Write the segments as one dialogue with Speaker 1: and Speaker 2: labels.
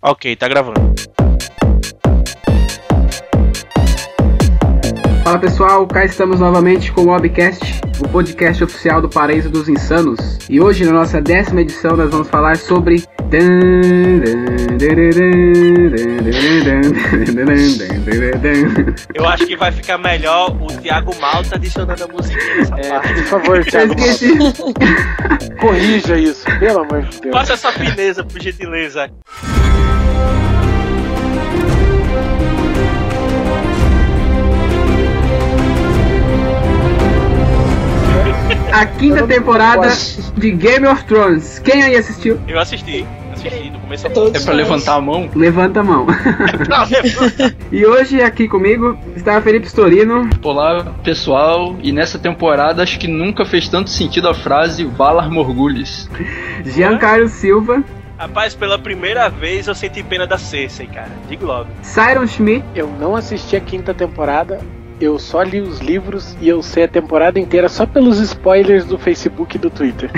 Speaker 1: Ok, tá gravando.
Speaker 2: Fala pessoal, cá estamos novamente com o Obcast, o podcast oficial do Paraíso dos Insanos. E hoje, na nossa décima edição, nós vamos falar sobre.
Speaker 1: Eu acho que vai ficar melhor o Thiago Malta adicionando a musiquinha nessa
Speaker 3: É,
Speaker 1: parte.
Speaker 3: por favor,
Speaker 2: Eu
Speaker 3: Thiago,
Speaker 2: esqueci.
Speaker 3: corrija isso, pelo amor de Deus.
Speaker 1: Passa essa fineza, por gentileza.
Speaker 2: A quinta temporada de Game of Thrones. Quem aí assistiu?
Speaker 1: Eu assisti. Assisti do começo ao fim.
Speaker 4: Todos nós.
Speaker 5: É a mão?
Speaker 2: Levanta a mão.
Speaker 1: Não, levanta.
Speaker 2: E hoje aqui comigo está Felipe Storino.
Speaker 5: Olá, pessoal. E nessa temporada acho que nunca fez tanto sentido a frase Valar Morgulis.
Speaker 2: Giancarlo Silva,
Speaker 1: Rapaz, pela primeira vez eu senti pena da Cersei, cara. Digo logo.
Speaker 2: Siron Schmidt
Speaker 3: Eu não assisti a quinta temporada, eu só li os livros e eu sei a temporada inteira só pelos spoilers do Facebook e do Twitter.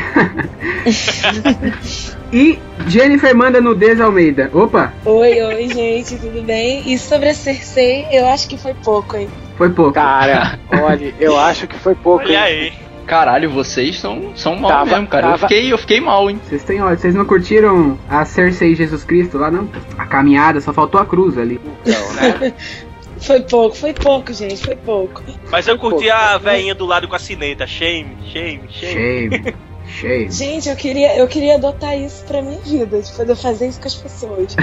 Speaker 2: e Jennifer Manda Nudez Almeida. Opa,
Speaker 4: Oi, oi, gente, tudo bem? E sobre a Cersei, eu acho que foi pouco, hein?
Speaker 2: foi pouco.
Speaker 3: Cara, olha, eu acho que foi pouco,
Speaker 1: Olha
Speaker 3: hein?
Speaker 1: aí.
Speaker 5: Caralho, vocês são, são mal
Speaker 3: Tava-
Speaker 5: mesmo, cara. Eu,
Speaker 3: tava-
Speaker 5: fiquei, eu fiquei mal, hein?
Speaker 2: Vocês têm, olha, vocês não curtiram a Cersei e Jesus Cristo lá, não? A caminhada, só faltou a cruz ali.
Speaker 3: Então, né?
Speaker 4: Foi pouco, foi pouco, gente, foi pouco.
Speaker 1: Mas eu curti a veinha do lado com a cineta. Shame, shame, shame.
Speaker 2: Shame. Shame.
Speaker 4: Gente, eu queria, eu queria adotar isso pra minha vida, tipo, de poder fazer isso com as pessoas.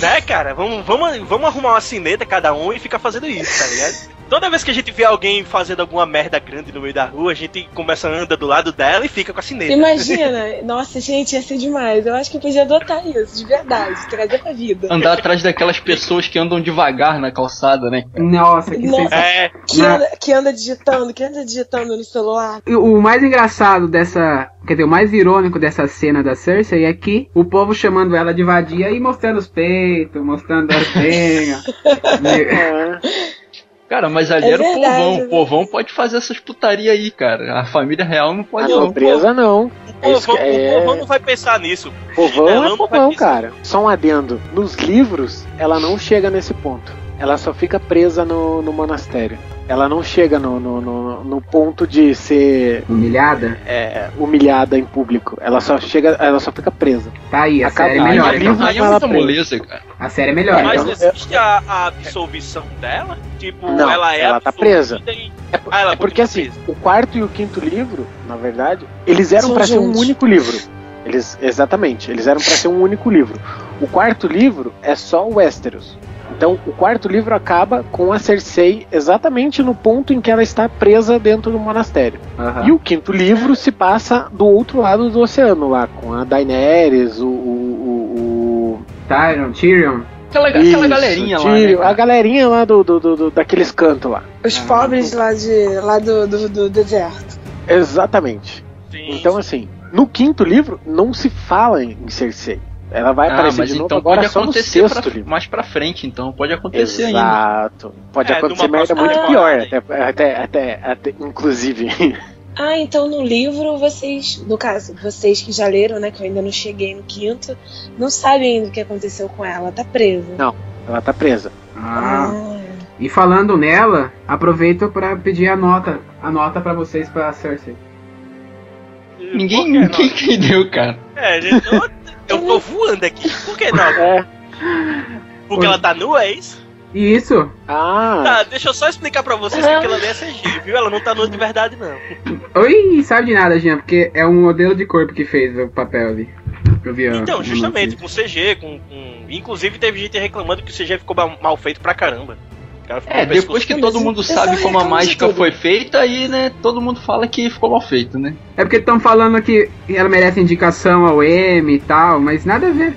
Speaker 1: Né, cara? Vamos, vamos, vamos arrumar uma cineta cada um e ficar fazendo isso, tá ligado? Toda vez que a gente vê alguém fazendo alguma merda grande no meio da rua, a gente começa a andar do lado dela e fica com a cineta.
Speaker 4: Imagina, nossa, gente, ia ser demais. Eu acho que eu podia adotar isso, de verdade, trazer pra vida.
Speaker 5: Andar atrás daquelas pessoas que andam devagar na calçada, né?
Speaker 2: Nossa, que
Speaker 4: Nossa.
Speaker 2: sensação.
Speaker 1: É,
Speaker 4: Que anda, que anda digitando, que anda digitando no celular.
Speaker 2: E É, O mais engraçado dessa. Quer dizer, o mais irônico dessa cena da Cersei é que o povo chamando ela de vadia e mostrando os peitos, mostrando as penas.
Speaker 3: É.
Speaker 5: Cara, mas ali
Speaker 4: É
Speaker 5: era
Speaker 4: verdade,
Speaker 5: o povão.
Speaker 4: né?
Speaker 5: O povão pode fazer essas putaria aí, cara. A família real não
Speaker 3: A
Speaker 5: pode, não.
Speaker 3: nobreza Ah, não.
Speaker 1: o
Speaker 3: É isso
Speaker 1: povão,
Speaker 3: que- é-
Speaker 1: o povão não vai pensar nisso.
Speaker 3: Povão
Speaker 1: Chinelão
Speaker 3: é
Speaker 1: não
Speaker 3: povão,
Speaker 1: vai pensar.
Speaker 3: cara. Só um adendo. Nos livros, ela não chega nesse ponto. Ela só fica presa no, no monastério. Ela não chega no- no- no, no ponto de ser
Speaker 2: Humilhada?
Speaker 3: é, humilhada em público. Ela só chega, ela só fica presa.
Speaker 2: Tá aí, a
Speaker 3: Acabou.
Speaker 2: série é
Speaker 5: Aí,
Speaker 2: melhor.
Speaker 5: aí,
Speaker 2: então.
Speaker 5: aí é
Speaker 3: Fala
Speaker 5: muita
Speaker 3: pra
Speaker 5: moleza, cara.
Speaker 2: A série é melhor.
Speaker 1: Mas
Speaker 2: então.
Speaker 3: eu- eu-
Speaker 1: existe a, a absolvição dela? Tipo,
Speaker 3: Não,
Speaker 1: ela é
Speaker 3: ela tá
Speaker 1: absolvida e-
Speaker 3: É, por-
Speaker 1: Ah, ela
Speaker 3: é porque
Speaker 1: continua
Speaker 3: assim,
Speaker 1: presa.
Speaker 3: o quarto e o quinto livro, na verdade, eles eram
Speaker 4: São
Speaker 3: pra ser um
Speaker 4: juntos.
Speaker 3: único livro. Eles, exatamente, eles eram pra ser um único livro. O quarto livro é só o Westeros. Então, o quarto livro acaba com a Cersei exatamente no ponto em que ela está presa dentro do monastério.
Speaker 2: Aham.
Speaker 3: E o quinto livro se passa do outro lado do oceano, lá com a Daenerys, o- o- o- o
Speaker 2: Tyrion, Tyrion.
Speaker 5: Aquela, aquela
Speaker 3: Isso,
Speaker 5: galerinha
Speaker 3: tio,
Speaker 5: lá.
Speaker 3: A
Speaker 5: Né, cara?
Speaker 3: galerinha lá do, do, do- do- daqueles cantos lá.
Speaker 4: Os
Speaker 2: Ah,
Speaker 4: pobres
Speaker 2: tô-
Speaker 4: lá, de, lá do, do, do deserto.
Speaker 3: Exatamente.
Speaker 1: Sim.
Speaker 3: Então, assim, no quinto livro não se fala em em Cersei. Ela vai
Speaker 5: Ah,
Speaker 3: aparecer
Speaker 5: mas
Speaker 3: de novo
Speaker 5: então
Speaker 3: agora
Speaker 5: pode
Speaker 3: só no
Speaker 5: acontecer
Speaker 3: sexto
Speaker 5: pra-
Speaker 3: livro.
Speaker 5: mais pra frente, então. Pode acontecer ainda.
Speaker 3: Exato. Pode
Speaker 1: É,
Speaker 3: acontecer
Speaker 1: numa
Speaker 3: merda
Speaker 1: próxima
Speaker 3: muito pior.
Speaker 1: temporada,
Speaker 3: Até, até, até, até- inclusive.
Speaker 4: Ah, então no livro vocês, no caso, vocês que já leram, né, que eu ainda não cheguei no quinto, não sabem ainda o que aconteceu com ela, tá presa.
Speaker 3: ela tá presa.
Speaker 2: Ah. E falando nela, aproveito pra pedir a nota, a nota pra vocês pra Cersei.
Speaker 5: assim, Ninguém,
Speaker 1: Por que
Speaker 5: ninguém entendeu, cara.
Speaker 1: não? É, gente, eu, eu tô voando aqui. Por que não?
Speaker 3: É.
Speaker 1: Porque ela tá nua, é isso?
Speaker 2: E isso,
Speaker 3: Ah,
Speaker 1: Tá, deixa eu só explicar pra vocês que aquilo ali é CG, viu? Ela não tá nua de verdade, não.
Speaker 2: oi, sabe de nada, Jean, porque é um modelo de corpo que fez o papel ali. Eu vi a-
Speaker 1: Então,
Speaker 2: a
Speaker 1: justamente,
Speaker 2: notícia.
Speaker 1: com CG, com, com- Inclusive teve gente reclamando que o CG ficou ba- mal feito pra caramba. O cara ficou
Speaker 5: É,
Speaker 1: com o pescoço
Speaker 5: depois que
Speaker 4: Mas
Speaker 5: todo
Speaker 4: o
Speaker 5: mundo
Speaker 4: pessoal
Speaker 5: sabe como a
Speaker 4: reclama de
Speaker 5: mágica
Speaker 4: tudo.
Speaker 5: foi feita, aí, né, todo mundo fala que ficou mal feito, né?
Speaker 2: É porque estão falando que ela merece indicação ao M e tal, mas nada a ver.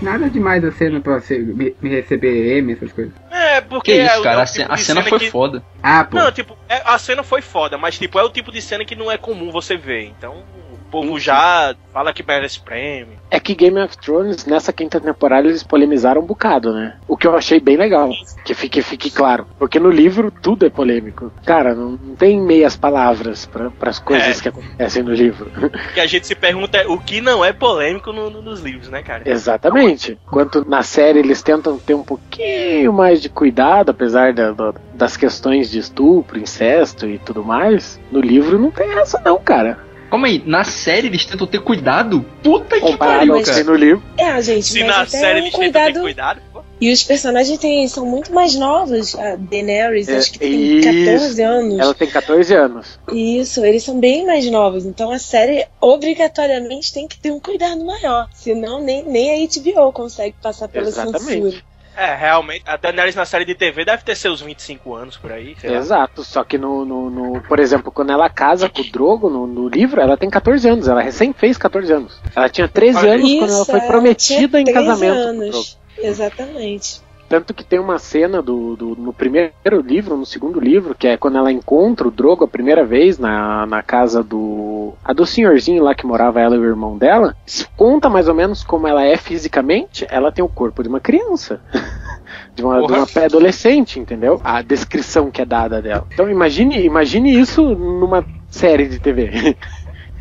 Speaker 2: Nada demais a cena pra ser- me, me receber M, essas coisas.
Speaker 1: É,
Speaker 5: Que
Speaker 1: porque. é
Speaker 5: isso,
Speaker 1: o-
Speaker 5: cara,
Speaker 1: é o
Speaker 5: a,
Speaker 1: tipo
Speaker 5: cena, a
Speaker 1: de
Speaker 5: cena foi
Speaker 1: que-
Speaker 5: foda.
Speaker 2: Ah, pô.
Speaker 1: Não, tipo, é- a cena foi foda, mas tipo, é o tipo de cena que não é comum você ver. Então, povo já fala que merece prêmio.
Speaker 3: É que Game of Thrones, nessa quinta temporada, eles polemizaram um bocado, né? O que eu achei bem legal. Que fique, fique claro. Porque no livro tudo é polêmico. Cara, não, não tem meias palavras para as coisas
Speaker 1: É.
Speaker 3: que acontecem no livro.
Speaker 1: Que a gente se pergunta é o que não é polêmico no- no- nos livros, né, cara?
Speaker 3: Exatamente. Enquanto na série eles tentam ter um pouquinho mais de cuidado, apesar da- da- das questões de estupro, incesto e tudo mais, no livro não tem essa não, cara.
Speaker 5: Calma aí, na série eles tentam ter cuidado? Puta que
Speaker 3: Comparado
Speaker 5: pariu,
Speaker 3: ao que tem
Speaker 5: cara.
Speaker 3: no livro.
Speaker 4: É, gente,
Speaker 1: Se
Speaker 4: mas
Speaker 1: na
Speaker 4: até
Speaker 1: série
Speaker 4: um
Speaker 1: eles tentam ter
Speaker 4: cuidado.
Speaker 1: cuidado, pô.
Speaker 4: E os personagens têm- são muito mais novos. A Daenerys,
Speaker 3: É,
Speaker 4: acho que tem
Speaker 3: isso.
Speaker 4: 14 anos.
Speaker 3: Ela tem 14 anos.
Speaker 4: Isso, eles são bem mais novos. Então a série obrigatoriamente tem que ter um cuidado maior. Senão nem, nem a HBO consegue passar pela
Speaker 3: Exatamente.
Speaker 4: censura.
Speaker 1: É, realmente. A Daenerys na série de TV deve ter seus 25 anos por aí.
Speaker 5: É.
Speaker 1: sei lá.
Speaker 3: Exato. Só que no, no- no- Por exemplo, quando ela casa com o Drogo no, no livro, ela tem 14 anos. Ela recém fez 14 anos. Ela tinha 13 anos quando ela foi
Speaker 4: ela
Speaker 3: prometida
Speaker 4: é,
Speaker 3: em
Speaker 4: tinha 13
Speaker 3: casamento. com o Drogo.
Speaker 4: Anos. Exatamente.
Speaker 3: Tanto que tem uma cena do, do- no primeiro livro, no segundo livro, que é quando ela encontra o Drogo a primeira vez na, na casa do. A do senhorzinho lá que morava ela e o irmão dela. Se Conta mais ou menos como ela é fisicamente, ela tem o corpo de uma criança. De uma, de
Speaker 1: Porra.
Speaker 3: uma pré-adolescente, entendeu? A descrição que é dada dela. Então imagine, imagine isso numa série de TV.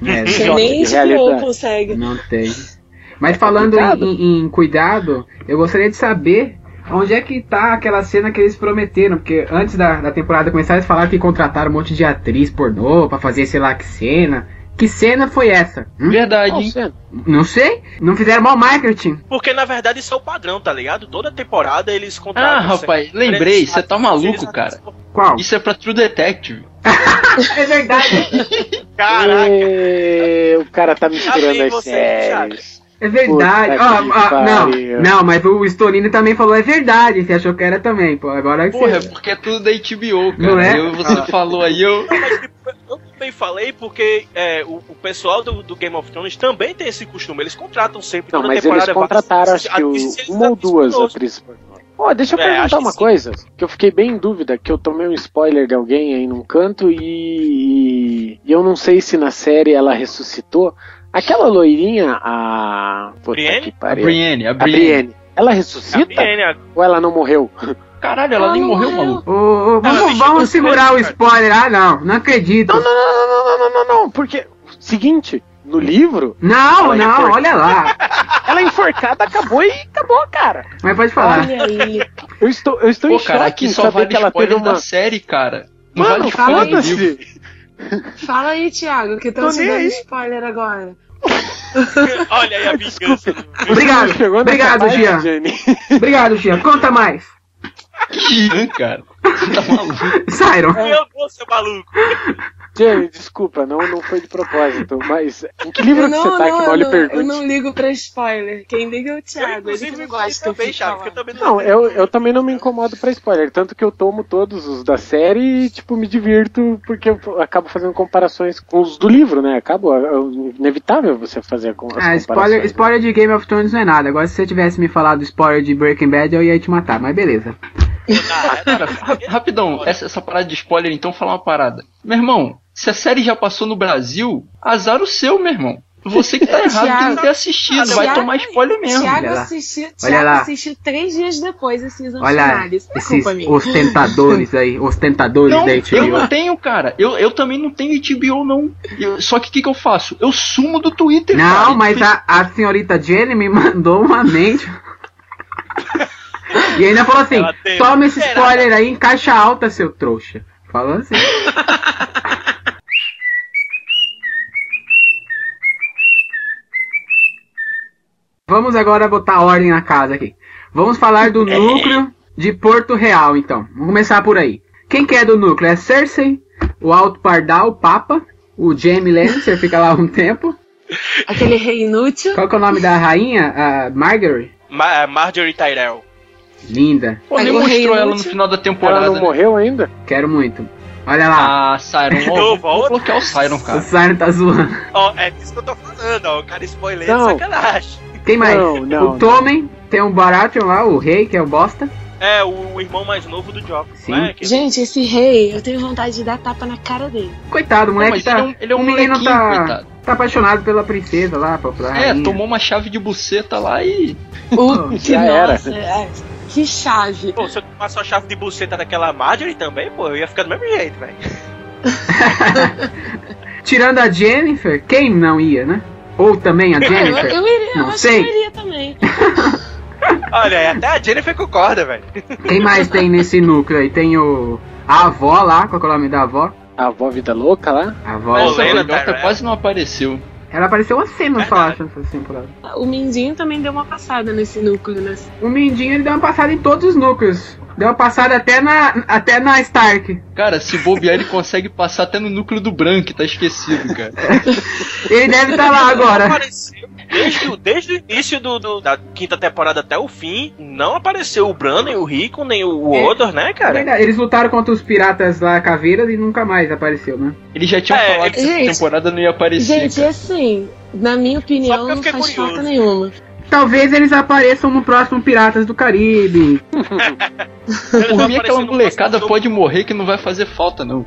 Speaker 2: É,
Speaker 4: Que
Speaker 3: Choque
Speaker 4: nem
Speaker 3: de realidade.
Speaker 4: HBO consegue.
Speaker 2: Não tem. Mas falando
Speaker 3: complicado.
Speaker 2: em, em- em cuidado, eu gostaria de saber onde é que tá aquela cena que eles prometeram. Porque antes da, da temporada começar, eles falaram que contrataram um monte de atriz pornô pra fazer sei lá que cena. Que cena foi essa? Hum?
Speaker 5: Verdade,
Speaker 3: Qual
Speaker 5: hein?
Speaker 3: cena?
Speaker 2: Não sei. Não fizeram mau marketing.
Speaker 1: Porque na verdade isso é o padrão, tá ligado? Toda temporada eles
Speaker 5: Ah,
Speaker 1: contratam.
Speaker 5: rapaz, lembrei, você tá maluco, cara.
Speaker 2: Qual?
Speaker 5: Isso é pra True Detective.
Speaker 2: É verdade.
Speaker 1: Caraca.
Speaker 3: Ê, o cara tá misturando
Speaker 1: Amei
Speaker 3: as
Speaker 1: você,
Speaker 3: séries.
Speaker 2: É verdade.
Speaker 3: Puta que
Speaker 2: Ó, ó,
Speaker 3: pariu.
Speaker 2: não, não, mas o Stolino também falou é verdade. Você achou que era também, pô. Agora que
Speaker 5: Porra, é
Speaker 2: você.
Speaker 5: porque é tudo da HBO,
Speaker 2: Não
Speaker 5: cara.
Speaker 2: é?
Speaker 5: Eu, você
Speaker 1: Ah.
Speaker 5: falou aí, eu.
Speaker 1: Mas, tipo, eu também falei porque é, o, o pessoal do, do Game of Thrones também tem esse costume. Eles contratam sempre
Speaker 3: Não,
Speaker 1: toda
Speaker 3: mas eles
Speaker 1: temporada.
Speaker 3: contrataram,
Speaker 1: várias-
Speaker 3: acho que o-
Speaker 1: atrizes, eles
Speaker 3: uma ou
Speaker 1: atrizes
Speaker 3: duas
Speaker 1: pornôs.
Speaker 3: atrizes pornô. Ó, deixa eu
Speaker 1: tá É, acho
Speaker 3: perguntar
Speaker 1: que
Speaker 3: uma
Speaker 1: sim.
Speaker 3: coisa, que eu fiquei bem em dúvida, que eu tomei um spoiler de alguém aí num canto e, e eu não sei se na série ela ressuscitou. Aquela loirinha, a... Puta
Speaker 1: Brienne?
Speaker 3: que
Speaker 5: A
Speaker 3: pariu.
Speaker 5: Brienne, a
Speaker 3: A
Speaker 5: Brienne.
Speaker 3: Brienne. Ela
Speaker 1: A
Speaker 3: ressuscita
Speaker 1: Brienne, a-
Speaker 3: ou ela não morreu?
Speaker 5: Caralho, ela
Speaker 4: Ela
Speaker 5: nem
Speaker 4: não
Speaker 3: é.
Speaker 5: morreu,
Speaker 4: morreu.
Speaker 5: maluco.
Speaker 2: Ô, ô,
Speaker 1: Ela
Speaker 2: vamos
Speaker 1: deixou
Speaker 2: vamos
Speaker 1: nos
Speaker 2: segurar o
Speaker 1: créditos,
Speaker 2: spoiler. Ah, não. Não acredito.
Speaker 3: Então Não, não, não, não, não, não, não, não, porque... Seguinte, no livro,
Speaker 2: Não,
Speaker 3: Ela ia
Speaker 2: não,
Speaker 3: por-
Speaker 2: olha lá.
Speaker 3: ela é enforcada acabou e acabou, cara.
Speaker 2: Mas pode falar.
Speaker 4: Olha aí.
Speaker 3: Eu estou, eu estou em
Speaker 5: Pô,
Speaker 3: choque
Speaker 5: cara, aqui
Speaker 3: em
Speaker 5: só
Speaker 3: saber
Speaker 5: vale
Speaker 3: que ela teve
Speaker 5: spoiler da
Speaker 3: uma...
Speaker 5: série, cara. Não
Speaker 3: Mano,
Speaker 5: vale spoiler do livro.
Speaker 3: foda-se!
Speaker 4: Fala aí, Thiago, que
Speaker 3: Tô
Speaker 4: estão
Speaker 3: nem
Speaker 4: te dando
Speaker 3: aí.
Speaker 4: spoiler agora.
Speaker 1: olha aí a vingança. do-
Speaker 2: Obrigado,
Speaker 3: Chegou na
Speaker 2: obrigado,
Speaker 3: capaz,
Speaker 2: Jean.
Speaker 3: Jenny.
Speaker 2: Obrigado, Gia. Conta mais.
Speaker 5: Jean, cara. Você tá maluco.
Speaker 2: Saíram.
Speaker 1: Meu Deus, seu maluco.
Speaker 3: Jenny, desculpa, não, não foi de propósito, mas em que livro
Speaker 4: eu
Speaker 3: que
Speaker 4: não,
Speaker 3: você tá
Speaker 4: não,
Speaker 3: que mal
Speaker 4: eu
Speaker 3: lhe
Speaker 4: não- eu
Speaker 3: pergunte?
Speaker 4: não ligo pra spoiler. Quem liga é o Thiago. Ele que
Speaker 1: Inclusive,
Speaker 4: não
Speaker 1: você
Speaker 4: gosta
Speaker 1: também,
Speaker 4: que eu
Speaker 1: Chaves,
Speaker 4: fico
Speaker 1: que eu também não.
Speaker 3: Não, eu, eu também não me incomodo pra spoiler, tanto que eu tomo todos os da série e, tipo, me divirto, porque eu acabo fazendo comparações com os do livro, né? Acabo, é inevitável você fazer com as
Speaker 2: Ah, spoiler,
Speaker 3: comparações.
Speaker 2: spoiler de Game of Thrones não é nada. Agora, se você tivesse me falado spoiler de Breaking Bad, eu ia te matar, mas beleza.
Speaker 1: Ah, é,
Speaker 5: Cara, ra-
Speaker 1: tá.
Speaker 5: rapidão, essa, essa parada de spoiler, então, vou falar uma parada. Meu irmão, se a série já passou no Brasil, azar o seu, meu irmão. Você que tá errado tem que ter assistido, vai
Speaker 4: Thiago-
Speaker 5: tomar spoiler mesmo.
Speaker 4: Thiago
Speaker 2: Olha lá.
Speaker 4: assistiu,
Speaker 2: Olha
Speaker 4: Thiago
Speaker 2: lá.
Speaker 4: assistiu três dias depois assim, a season
Speaker 2: Olha,
Speaker 4: finale. Isso não é
Speaker 2: esses
Speaker 4: culpa minha.
Speaker 2: ostentadores aí, ostentadores
Speaker 5: Não,
Speaker 2: da
Speaker 5: eu não
Speaker 2: HBO.
Speaker 5: tenho, cara. Eu, eu também não tenho HBO, não. Eu- só que o que, que eu faço? Eu sumo do Twitter, cara.
Speaker 2: Não, mas a, a senhorita Jenny me mandou uma mente. E ainda falou assim:
Speaker 1: Ela tem-
Speaker 2: toma esse
Speaker 1: Será?
Speaker 2: spoiler aí em caixa alta, seu trouxa. Falou assim. Vamos agora botar ordem na casa aqui. Vamos falar do
Speaker 1: É.
Speaker 2: núcleo de Porto Real, então. Vamos começar por aí. Quem que é do núcleo? É Cersei, o Alto Pardal, o Papa, o Jamie Lannister, fica lá um tempo.
Speaker 4: Aquele rei inútil.
Speaker 2: Qual que é o nome da rainha? A Margaery?
Speaker 1: Ma- é, Marjorie Tyrell.
Speaker 2: Linda.
Speaker 5: Pô, nem
Speaker 4: Aí o Rei
Speaker 5: mostrou ela no
Speaker 4: Lute-
Speaker 5: final da
Speaker 3: Ela
Speaker 5: temporada.
Speaker 3: não
Speaker 5: né?
Speaker 3: morreu ainda?
Speaker 2: Quero muito. Olha lá.
Speaker 5: Ah, Siren,
Speaker 1: Não,
Speaker 5: ó, vou,
Speaker 1: volta.
Speaker 5: vou bloquear o Siren,
Speaker 2: o
Speaker 5: cara.
Speaker 2: Siren tá zoando.
Speaker 1: Ó, é disso que eu tô falando, ó. O cara spoiler é de
Speaker 3: Não.
Speaker 1: sacanagem.
Speaker 2: Quem mais?
Speaker 3: Não, não,
Speaker 2: um o Tommen, tem o Baratheon lá, o rei, que é o bosta.
Speaker 1: É, o, o irmão mais novo do Joffrey,
Speaker 2: Sim.
Speaker 1: não é? Que-
Speaker 4: Gente, esse rei, eu tenho vontade de dar tapa na cara dele.
Speaker 2: Coitado, o moleque
Speaker 5: Mas
Speaker 2: tá.
Speaker 5: ele é um, ele é um
Speaker 2: o menino
Speaker 5: molequinho,
Speaker 2: tá,
Speaker 5: coitado.
Speaker 2: tá apaixonado pela princesa lá, pela pela
Speaker 5: É,
Speaker 2: rainha.
Speaker 5: tomou uma chave de buceta lá e.
Speaker 4: O
Speaker 2: Pô,
Speaker 4: que
Speaker 3: já era.
Speaker 4: nossa, ai, que chave.
Speaker 1: Pô, se eu tomasse a chave de buceta daquela Marjorie também, pô, eu ia ficar do mesmo jeito, velho.
Speaker 2: Tirando a Jennifer, quem não ia, né? Ou também a
Speaker 4: Eu,
Speaker 2: Jennifer.
Speaker 4: eu iria, eu
Speaker 2: Não
Speaker 4: acho
Speaker 2: sei.
Speaker 4: que eu iria também.
Speaker 1: Olha, aí, até a Jennifer concorda, velho.
Speaker 2: Quem mais tem nesse núcleo aí? Tem o. A avó lá, qual que é o nome da avó?
Speaker 3: A avó Vida Louca lá.
Speaker 2: A avó.
Speaker 5: Mas essa
Speaker 1: Helena
Speaker 5: velhota
Speaker 1: Tyrell.
Speaker 5: quase não apareceu.
Speaker 2: Ela apareceu umas cenas só,
Speaker 1: Verdade.
Speaker 2: acho, essa temporada.
Speaker 4: O Mindinho também deu uma passada nesse núcleo, né?
Speaker 2: O Mindinho ele deu uma passada em todos os núcleos. Deu uma passada até na, até na Stark.
Speaker 5: Cara, se bobear, ele consegue passar até no núcleo do Bran, que tá esquecido, cara.
Speaker 2: Ele deve estar lá agora.
Speaker 1: Apareceu. Desde, o- desde o início do, do- da quinta temporada até o fim, não apareceu o Bran, nem o Rico, nem o
Speaker 2: É.
Speaker 1: Odor, né, cara?
Speaker 2: Verdade, Eles lutaram contra os piratas lá, caveiras, e nunca mais apareceu, né?
Speaker 5: Ele já tinha
Speaker 1: É,
Speaker 5: falado que
Speaker 4: gente.
Speaker 5: essa temporada não ia aparecer.
Speaker 4: Gente,
Speaker 5: cara.
Speaker 4: assim, na minha
Speaker 1: Só
Speaker 4: opinião,
Speaker 1: porque eu
Speaker 4: não
Speaker 1: fiquei
Speaker 4: faz
Speaker 1: curioso.
Speaker 4: falta nenhuma.
Speaker 2: Talvez eles apareçam no próximo Piratas do Caribe.
Speaker 1: Ele tá
Speaker 5: Por mim, aquela
Speaker 1: aparecendo no
Speaker 5: é molecada
Speaker 1: próximo
Speaker 5: pode morrer que não vai fazer falta, não.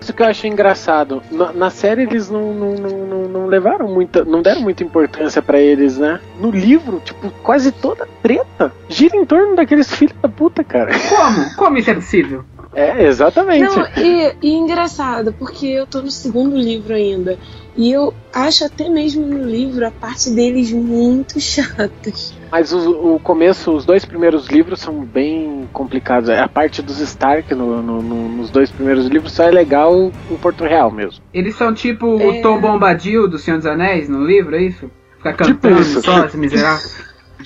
Speaker 3: Isso que eu achei engraçado. Na, na série eles não, não, não, não- não levaram muita. não deram muita importância pra eles, né? No livro, tipo, quase toda treta gira em torno daqueles filhos da puta, cara.
Speaker 2: Como? Como isso é possível?
Speaker 3: É, exatamente.
Speaker 4: Não, e, e engraçado, porque eu tô no segundo livro ainda. E eu acho até mesmo no livro a parte deles muito chatas.
Speaker 3: Mas o, o começo, os dois primeiros livros são bem complicados. A parte dos Stark no- no- no- nos dois primeiros livros só é legal em Porto Real mesmo.
Speaker 2: Eles são tipo o
Speaker 4: É.
Speaker 2: Tom Bombadil do Senhor dos Anéis no livro, é isso? Ficar
Speaker 3: Tipo
Speaker 2: cantando
Speaker 3: isso.
Speaker 2: só, esse miserável.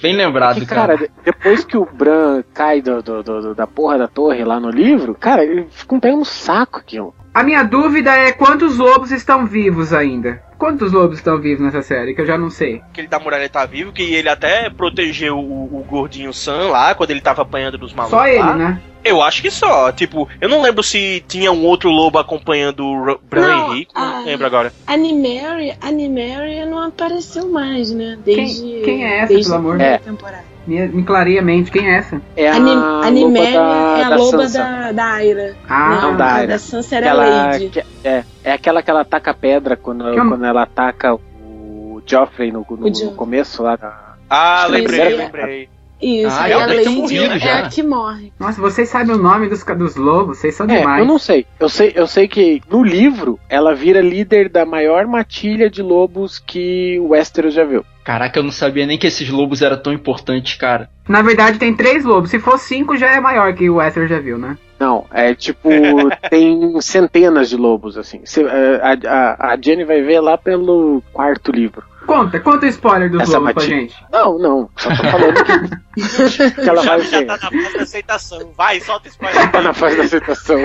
Speaker 5: Bem lembrado, cara.
Speaker 3: Cara, de- depois que o Bran cai do- do- do- do- da porra da torre lá no livro, cara, ele fica um pé no saco aquilo.
Speaker 2: A minha dúvida é quantos lobos estão vivos ainda? Quantos lobos estão vivos nessa série? Que eu já não sei.
Speaker 1: aquele da muralha tá vivo, que ele até protegeu o, o gordinho Sam lá, quando ele tava apanhando dos malucos.
Speaker 2: Só ele,
Speaker 1: lá.
Speaker 2: né?
Speaker 1: Eu acho que só. Tipo, eu não lembro se tinha um outro lobo acompanhando o Ro- Bran
Speaker 4: Não,
Speaker 1: e Rico, não
Speaker 4: ah,
Speaker 1: lembro agora.
Speaker 4: A Nimeri, a Nimeri não apareceu mais, né? Desde.
Speaker 2: quem é essa,
Speaker 4: desde
Speaker 2: pelo amor?
Speaker 4: a primeira
Speaker 3: É.
Speaker 4: temporada.
Speaker 2: Me, me clareia a mente, quem é essa?
Speaker 3: É a,
Speaker 4: A, Ni- a
Speaker 3: loba
Speaker 4: Nymeria
Speaker 3: da,
Speaker 4: é a
Speaker 3: da
Speaker 4: loba
Speaker 3: Sansa.
Speaker 4: da, da Aira.
Speaker 2: Ah,
Speaker 4: não,
Speaker 3: não, da
Speaker 4: a
Speaker 3: Aira.
Speaker 4: da Sansa era
Speaker 3: Ela
Speaker 4: Lady.
Speaker 3: que- é, é aquela que ela ataca a pedra quando,
Speaker 2: Que é uma-
Speaker 3: quando ela ataca o Joffrey no, no-
Speaker 4: O Joffrey.
Speaker 3: no começo lá. da-
Speaker 1: Ah,
Speaker 4: Isso,
Speaker 1: lembrei,
Speaker 4: é.
Speaker 1: lembrei.
Speaker 4: Isso,
Speaker 5: Ah,
Speaker 4: e a
Speaker 1: ela deve ter
Speaker 4: Lady
Speaker 1: morrido
Speaker 4: é
Speaker 5: já.
Speaker 4: a que morre.
Speaker 2: Nossa, vocês sabem o nome dos, ca- dos lobos? Vocês são
Speaker 3: É,
Speaker 2: demais.
Speaker 3: eu não sei. Eu sei, eu sei que no livro ela vira líder da maior matilha de lobos que o Westeros já viu.
Speaker 5: Caraca, eu não sabia nem que esses lobos eram tão importantes, cara.
Speaker 2: Na verdade, tem três lobos. Se for cinco, já é maior que o Esther já viu, né?
Speaker 3: Não, é tipo, tem centenas de lobos, assim. Cê- é, a, a, a Jenny vai ver lá pelo quarto livro.
Speaker 2: Conta, conta o spoiler dos
Speaker 3: Essa
Speaker 2: lobos pra
Speaker 3: matilha.
Speaker 2: gente.
Speaker 3: Não, não, só tô falando que, que ela vai
Speaker 1: Já, já
Speaker 3: ver.
Speaker 1: tá na fase da aceitação. Vai, solta o spoiler.
Speaker 3: Tá na fase da aceitação.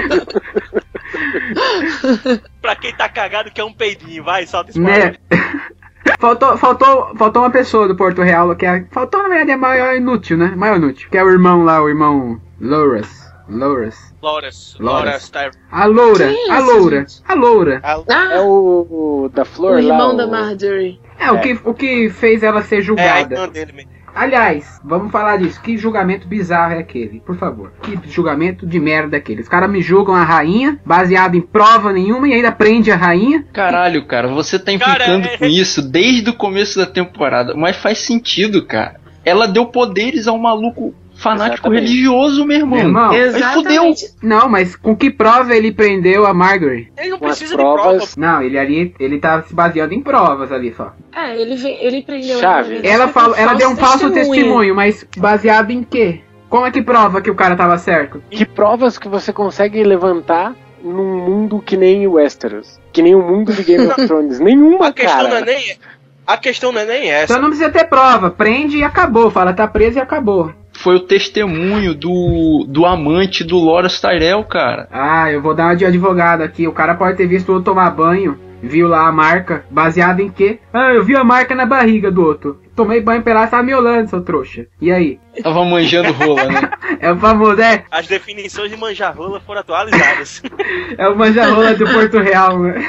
Speaker 1: pra quem tá cagado que é um peidinho, vai, solta o spoiler.
Speaker 2: Né? faltou, faltou, faltou uma pessoa do Porto Real que é. Faltou, na verdade, é maior inútil, né? Maior inútil. Que é o irmão lá, o irmão Louras. Louras.
Speaker 1: Loras,
Speaker 2: Loras.
Speaker 1: Loras, Tyr-
Speaker 2: A Loura.
Speaker 4: Quem é
Speaker 2: a
Speaker 4: esse,
Speaker 2: Loura.
Speaker 4: gente?
Speaker 2: A Loura.
Speaker 1: Ah,
Speaker 3: É
Speaker 4: Ah,
Speaker 3: o, o da
Speaker 4: o
Speaker 3: Flor lá.
Speaker 4: irmão da
Speaker 3: o-
Speaker 4: Marjorie.
Speaker 2: É, o que, o que fez ela ser
Speaker 1: É, a
Speaker 2: julgada.
Speaker 1: irmã dele mesmo.
Speaker 2: Aliás, vamos falar disso. Que julgamento bizarro é aquele? Por favor. Que julgamento de merda é aquele? Os caras me julgam a rainha, baseado em prova nenhuma, e ainda prende a rainha.
Speaker 5: Caralho, cara, você tá
Speaker 1: Cara,
Speaker 5: implicando
Speaker 1: é-
Speaker 5: com isso desde o começo da temporada, mas faz sentido, cara. Ela deu poderes a um maluco fanático
Speaker 3: Exatamente.
Speaker 5: religioso, meu irmão.
Speaker 2: Meu irmão.
Speaker 5: Aí fudeu.
Speaker 4: Exatamente.
Speaker 2: Não, mas com que prova ele prendeu a Margaret?
Speaker 1: Ele não
Speaker 3: Com as
Speaker 1: precisa de prova.
Speaker 3: provas.
Speaker 2: Não, ele ali, ele tá se baseando em provas ali só.
Speaker 4: É, ele, vem- ele prendeu
Speaker 3: Chave.
Speaker 4: ela.
Speaker 2: Ela, falou, ela deu um falso testemunho, mas baseado em quê? Como é que prova que o cara tava certo?
Speaker 3: Que provas que você consegue levantar num mundo que nem o Westeros? Que nem o mundo de Game of Thrones? Nenhuma,
Speaker 1: A questão não é
Speaker 3: cara.
Speaker 1: nem. A questão não é nem essa.
Speaker 2: Então não precisa ter prova, prende e acabou, fala tá preso e acabou.
Speaker 5: Foi o testemunho do, do amante do Loras Tyrell, cara.
Speaker 2: Ah, eu vou dar uma de advogado aqui. O cara pode ter visto o outro tomar banho, viu lá a marca, baseado em quê? Ah, eu vi a marca na barriga do outro. Tomei banho pela tava me olhando, seu trouxa. E aí?
Speaker 5: Tava manjando rola, né?
Speaker 2: É o famoso, é,
Speaker 1: As definições de manjarrola foram atualizadas.
Speaker 2: É o manjarrola do Porto Real, né?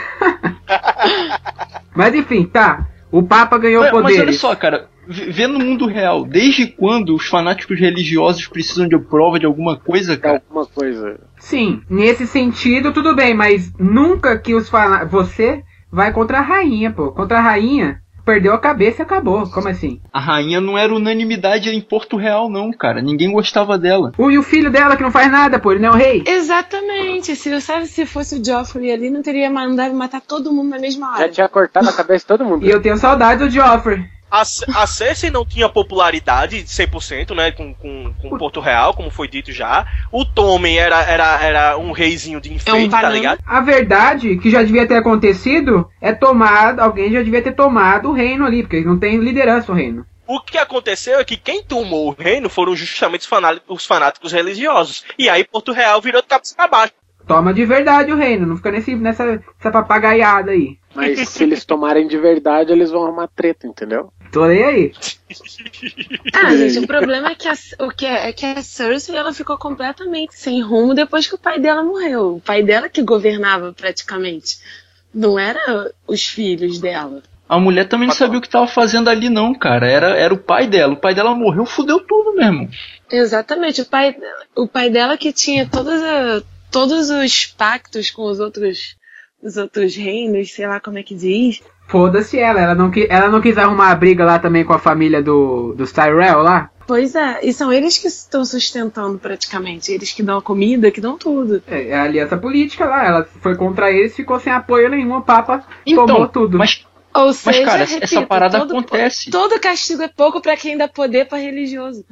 Speaker 2: Mas enfim, tá. O Papa ganhou
Speaker 5: mas, mas olha
Speaker 2: poderes.
Speaker 5: só, cara, vê no mundo real, desde quando os fanáticos religiosos precisam de prova de alguma coisa,
Speaker 3: É
Speaker 5: cara?
Speaker 3: alguma coisa.
Speaker 2: Sim, nesse sentido, tudo bem, mas nunca que os fala... Você vai contra a rainha, pô. Contra a rainha, perdeu a cabeça e acabou. Como assim?
Speaker 5: A rainha não era unanimidade em Porto Real, não, cara. Ninguém gostava dela.
Speaker 2: O, e o filho dela que não faz nada, pô, ele não é o rei.
Speaker 4: Exatamente. Se, sabe, se fosse o Joffrey ali, não teria mandado matar todo mundo na mesma
Speaker 3: Já
Speaker 4: hora.
Speaker 3: tinha cortado a cabeça de todo mundo.
Speaker 2: E eu tenho saudade do Joffrey.
Speaker 1: A, C- a Cersei não tinha popularidade 100%, né, com, com, com Porto Real, como foi dito já. O Tommen era, era, era um reizinho de
Speaker 3: É
Speaker 1: enfeite, tá
Speaker 4: banana.
Speaker 1: ligado?
Speaker 2: A verdade que já devia ter acontecido é tomado, alguém já devia ter tomado o reino ali, porque não tem liderança o reino.
Speaker 1: O que aconteceu é que quem tomou o reino foram justamente os, faná- os fanáticos religiosos. E aí Porto Real virou de cabeça pra baixo.
Speaker 2: Toma de verdade o reino, não fica nesse, nessa essa papagaiada aí.
Speaker 3: Mas se eles tomarem de verdade, eles vão arrumar treta, entendeu?
Speaker 2: Tô nem aí.
Speaker 4: Ah, gente, o problema é que a, o que é, é que a Cersei ela ficou completamente sem rumo depois que o pai dela morreu. O pai dela que governava praticamente. Não era os filhos dela.
Speaker 5: A mulher também não
Speaker 1: Fatal.
Speaker 5: sabia o que tava fazendo ali, não, cara. Era, era o pai dela. O pai dela morreu, fudeu tudo, meu irmão.
Speaker 4: Exatamente, o pai, o pai dela que tinha todas a- todos os pactos com os outros, os outros reinos, sei lá como é que diz.
Speaker 2: Foda-se ela, ela não, qui- ela não quis arrumar a briga lá também com a família do, dos Tyrell lá.
Speaker 4: Pois é, e são eles que estão sustentando praticamente, eles que dão a comida, que dão tudo.
Speaker 2: É, é a aliança política lá, ela foi contra eles, ficou sem apoio nenhum, o Papa
Speaker 5: Então,
Speaker 2: tomou tudo.
Speaker 5: Mas,
Speaker 4: Ou seja,
Speaker 5: mas cara,
Speaker 4: repito,
Speaker 5: essa parada
Speaker 4: todo,
Speaker 5: acontece.
Speaker 4: todo castigo é pouco pra quem dá poder pra religioso.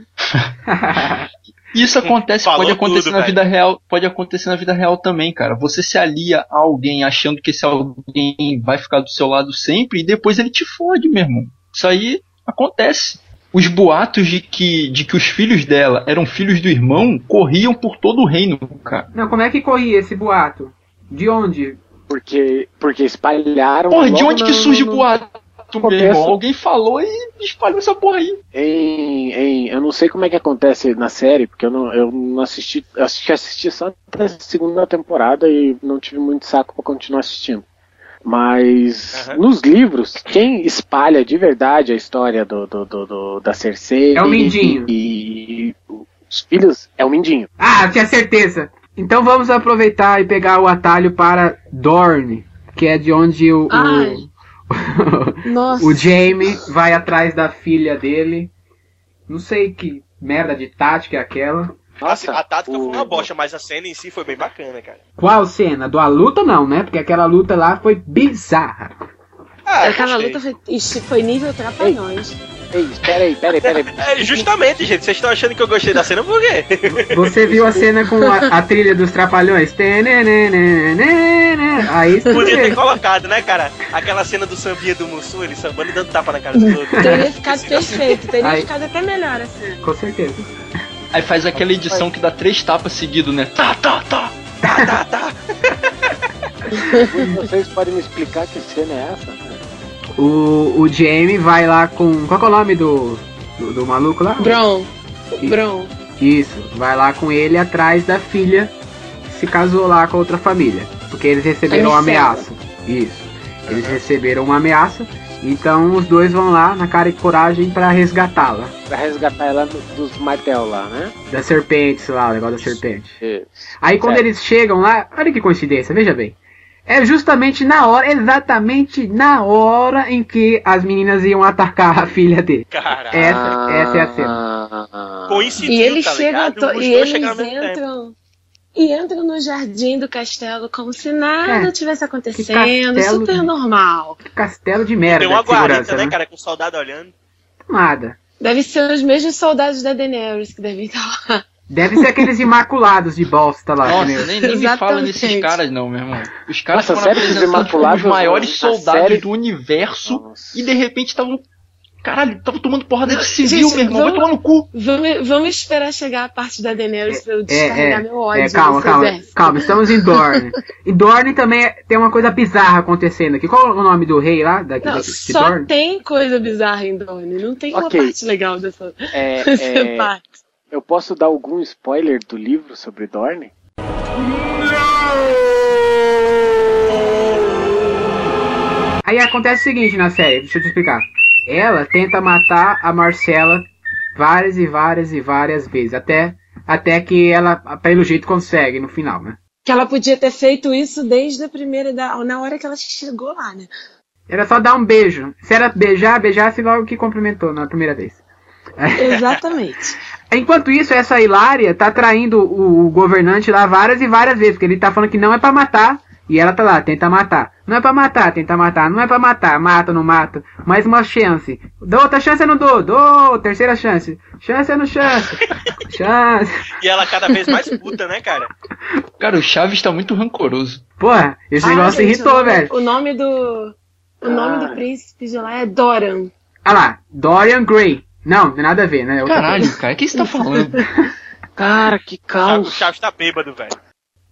Speaker 5: Isso acontece,
Speaker 1: Falou
Speaker 5: pode acontecer
Speaker 1: tudo,
Speaker 5: na
Speaker 1: velho.
Speaker 5: vida real, pode acontecer na vida real também, cara. Você se alia a alguém achando que esse alguém vai ficar do seu lado sempre e depois ele te fode, meu irmão. Isso aí acontece. Os boatos de que, de que os filhos dela eram filhos do irmão corriam por todo o reino, cara.
Speaker 2: Não, como é que corria esse boato? De onde?
Speaker 3: Porque, porque espalharam.
Speaker 5: Porra, de
Speaker 3: logo
Speaker 5: onde que
Speaker 3: no-
Speaker 5: surge
Speaker 3: no-
Speaker 5: o boato? Meu
Speaker 3: começo.
Speaker 5: irmão, alguém falou e espalhou essa porra aí.
Speaker 3: Em, em- eu não sei como é que acontece na série, porque eu não, eu não assisti, eu assisti, assisti só até a segunda temporada e não tive muito saco pra continuar assistindo. Mas
Speaker 1: Aham.
Speaker 3: nos livros, quem espalha de verdade a história do, do- do- do- da Cersei
Speaker 2: É o
Speaker 3: e-
Speaker 2: Mindinho.
Speaker 3: E, e os filhos é o Mindinho.
Speaker 2: Ah, eu tinha certeza! Então vamos aproveitar e pegar o atalho para Dorne, que é de onde o,
Speaker 4: Ai.
Speaker 2: o,
Speaker 4: Nossa.
Speaker 2: o Jaime vai atrás da filha dele. Não sei que merda de tática é aquela.
Speaker 1: Assim, a tática
Speaker 3: o-
Speaker 1: foi uma bosta, mas a cena em si foi bem bacana, cara.
Speaker 4: É
Speaker 2: Qual cena? Do a luta não, né? Porque aquela luta lá foi bizarra.
Speaker 1: Ah,
Speaker 4: Aquela
Speaker 1: gostei.
Speaker 4: luta foi, ixi, foi nível trapalhões.
Speaker 3: Ei, peraí, peraí, peraí.
Speaker 1: É, justamente, gente, vocês estão achando que eu gostei da cena por quê?
Speaker 2: Você viu a cena com a, a trilha dos trapalhões? Tenenenenenenen. Aí você
Speaker 1: Podia ter
Speaker 2: vê.
Speaker 1: colocado, né, cara? Aquela cena do sambinha do Mussum, ele sambando e dando tapa na cara do outro.
Speaker 4: Teria ficado perfeito, teria
Speaker 2: Ai.
Speaker 4: ficado até melhor assim.
Speaker 2: Com certeza.
Speaker 5: Aí faz aquela edição que dá três tapas seguido, né? Tá, tá, tá.
Speaker 1: Tá, tá, tá.
Speaker 3: Vocês podem me explicar que cena é essa?
Speaker 2: O, o Jamie vai lá com. Qual que é o nome do, do, do maluco lá?
Speaker 4: Bron,
Speaker 2: E-
Speaker 4: Bron.
Speaker 2: Isso. Vai lá com ele atrás da filha que se casou lá com outra família. Porque eles receberam uma
Speaker 4: Amicela.
Speaker 2: ameaça. Isso. Eles receberam uma ameaça. Então os dois vão lá na cara e coragem pra resgatá-la.
Speaker 3: Pra resgatar ela do- dos Martel lá, né?
Speaker 2: Das serpentes lá, o negócio da serpente.
Speaker 3: E-
Speaker 2: Aí quando
Speaker 3: Certo.
Speaker 2: eles chegam lá, olha que coincidência, veja bem. É justamente na hora, exatamente na hora em que as meninas iam atacar a filha dele.
Speaker 1: Cara.
Speaker 2: É. Essa- essa é a
Speaker 3: cena.
Speaker 1: Coincidiu,
Speaker 4: E eles
Speaker 1: tá
Speaker 4: chegam,
Speaker 1: ligado?
Speaker 4: to-
Speaker 1: Os dois
Speaker 4: e eles
Speaker 1: chegaram ao mesmo tempo.
Speaker 4: entram. E entram no jardim do castelo como se nada
Speaker 2: É.
Speaker 4: tivesse
Speaker 2: Que
Speaker 4: acontecendo,
Speaker 2: castelo,
Speaker 4: super
Speaker 2: né?
Speaker 4: normal.
Speaker 2: Castelo de merda,
Speaker 1: Tem uma
Speaker 2: de segurança,
Speaker 1: guarita, né,
Speaker 2: né?
Speaker 1: cara, com o soldado olhando.
Speaker 2: Nada.
Speaker 4: Deve ser os mesmos soldados da Daenerys que devem estar lá.
Speaker 2: Deve ser aqueles imaculados de bosta lá,
Speaker 5: Nossa,
Speaker 2: entendeu?
Speaker 5: nem, nem me fala
Speaker 4: Exatamente.
Speaker 5: nesses caras, não, meu irmão. Os caras
Speaker 3: Nossa,
Speaker 5: foram
Speaker 3: sério que os
Speaker 5: apresentados como os
Speaker 3: Imaculados,
Speaker 5: maiores
Speaker 3: mano, a
Speaker 5: soldados
Speaker 3: série-
Speaker 5: do universo
Speaker 3: Nossa.
Speaker 5: e de repente estavam. Caralho, estavam tomando porrada de civil,
Speaker 4: gente,
Speaker 5: meu irmão. Vai
Speaker 4: vamos-
Speaker 5: tomar no cu.
Speaker 4: Vamos, vamos esperar chegar a parte da Daenerys pra eu descarregar meu ódio.
Speaker 2: É, calma,
Speaker 4: nesse
Speaker 2: calma,
Speaker 4: exército.
Speaker 2: calma, estamos em Dorne. E Dorne também é- tem uma coisa bizarra acontecendo aqui. Qual é o nome do rei lá? Daqui,
Speaker 4: Não,
Speaker 2: daqui, de
Speaker 4: só
Speaker 2: Dorne?
Speaker 4: tem coisa bizarra em Dorne. Não tem uma
Speaker 3: Ok.
Speaker 4: parte legal dessa,
Speaker 3: É,
Speaker 4: dessa
Speaker 3: é,
Speaker 4: parte.
Speaker 3: eu posso dar algum spoiler do livro sobre Dorne?
Speaker 2: Aí acontece o seguinte na série, deixa eu te explicar. Ela tenta matar a Marcela várias e várias e várias vezes, até, até que ela, pelo jeito, consegue no final, né?
Speaker 4: Que ela podia ter feito isso desde a primeira, da, na hora que ela chegou lá, né?
Speaker 2: Era só dar um beijo. Se era beijar, beijasse logo que cumprimentou na primeira vez.
Speaker 4: Exatamente.
Speaker 2: Enquanto isso, essa Hilária tá traindo o, o governante lá várias e várias vezes, porque ele tá falando que não é para matar, e ela tá lá, tenta matar. Não é pra matar, tenta matar. Não é pra matar, mata, não mata. Mais uma chance. Dou outra chance, eu não dou. Dou terceira chance. Chance, eu não chance. chance.
Speaker 1: E ela cada vez mais puta, né, cara?
Speaker 5: Cara, o Chaves tá muito rancoroso.
Speaker 2: Porra, esse
Speaker 4: Ah,
Speaker 2: negócio
Speaker 4: gente,
Speaker 2: irritou,
Speaker 4: o nome-
Speaker 2: velho.
Speaker 4: O nome do. O nome do príncipe de lá é Doran.
Speaker 2: Ah lá, Dorian Gray. Não, tem nada a ver, né? Outra coisa.
Speaker 5: Caralho, cara, o que você tá falando?
Speaker 3: Cara, que
Speaker 1: Sabe, o
Speaker 3: caos.
Speaker 1: Chaves tá bêbado, velho.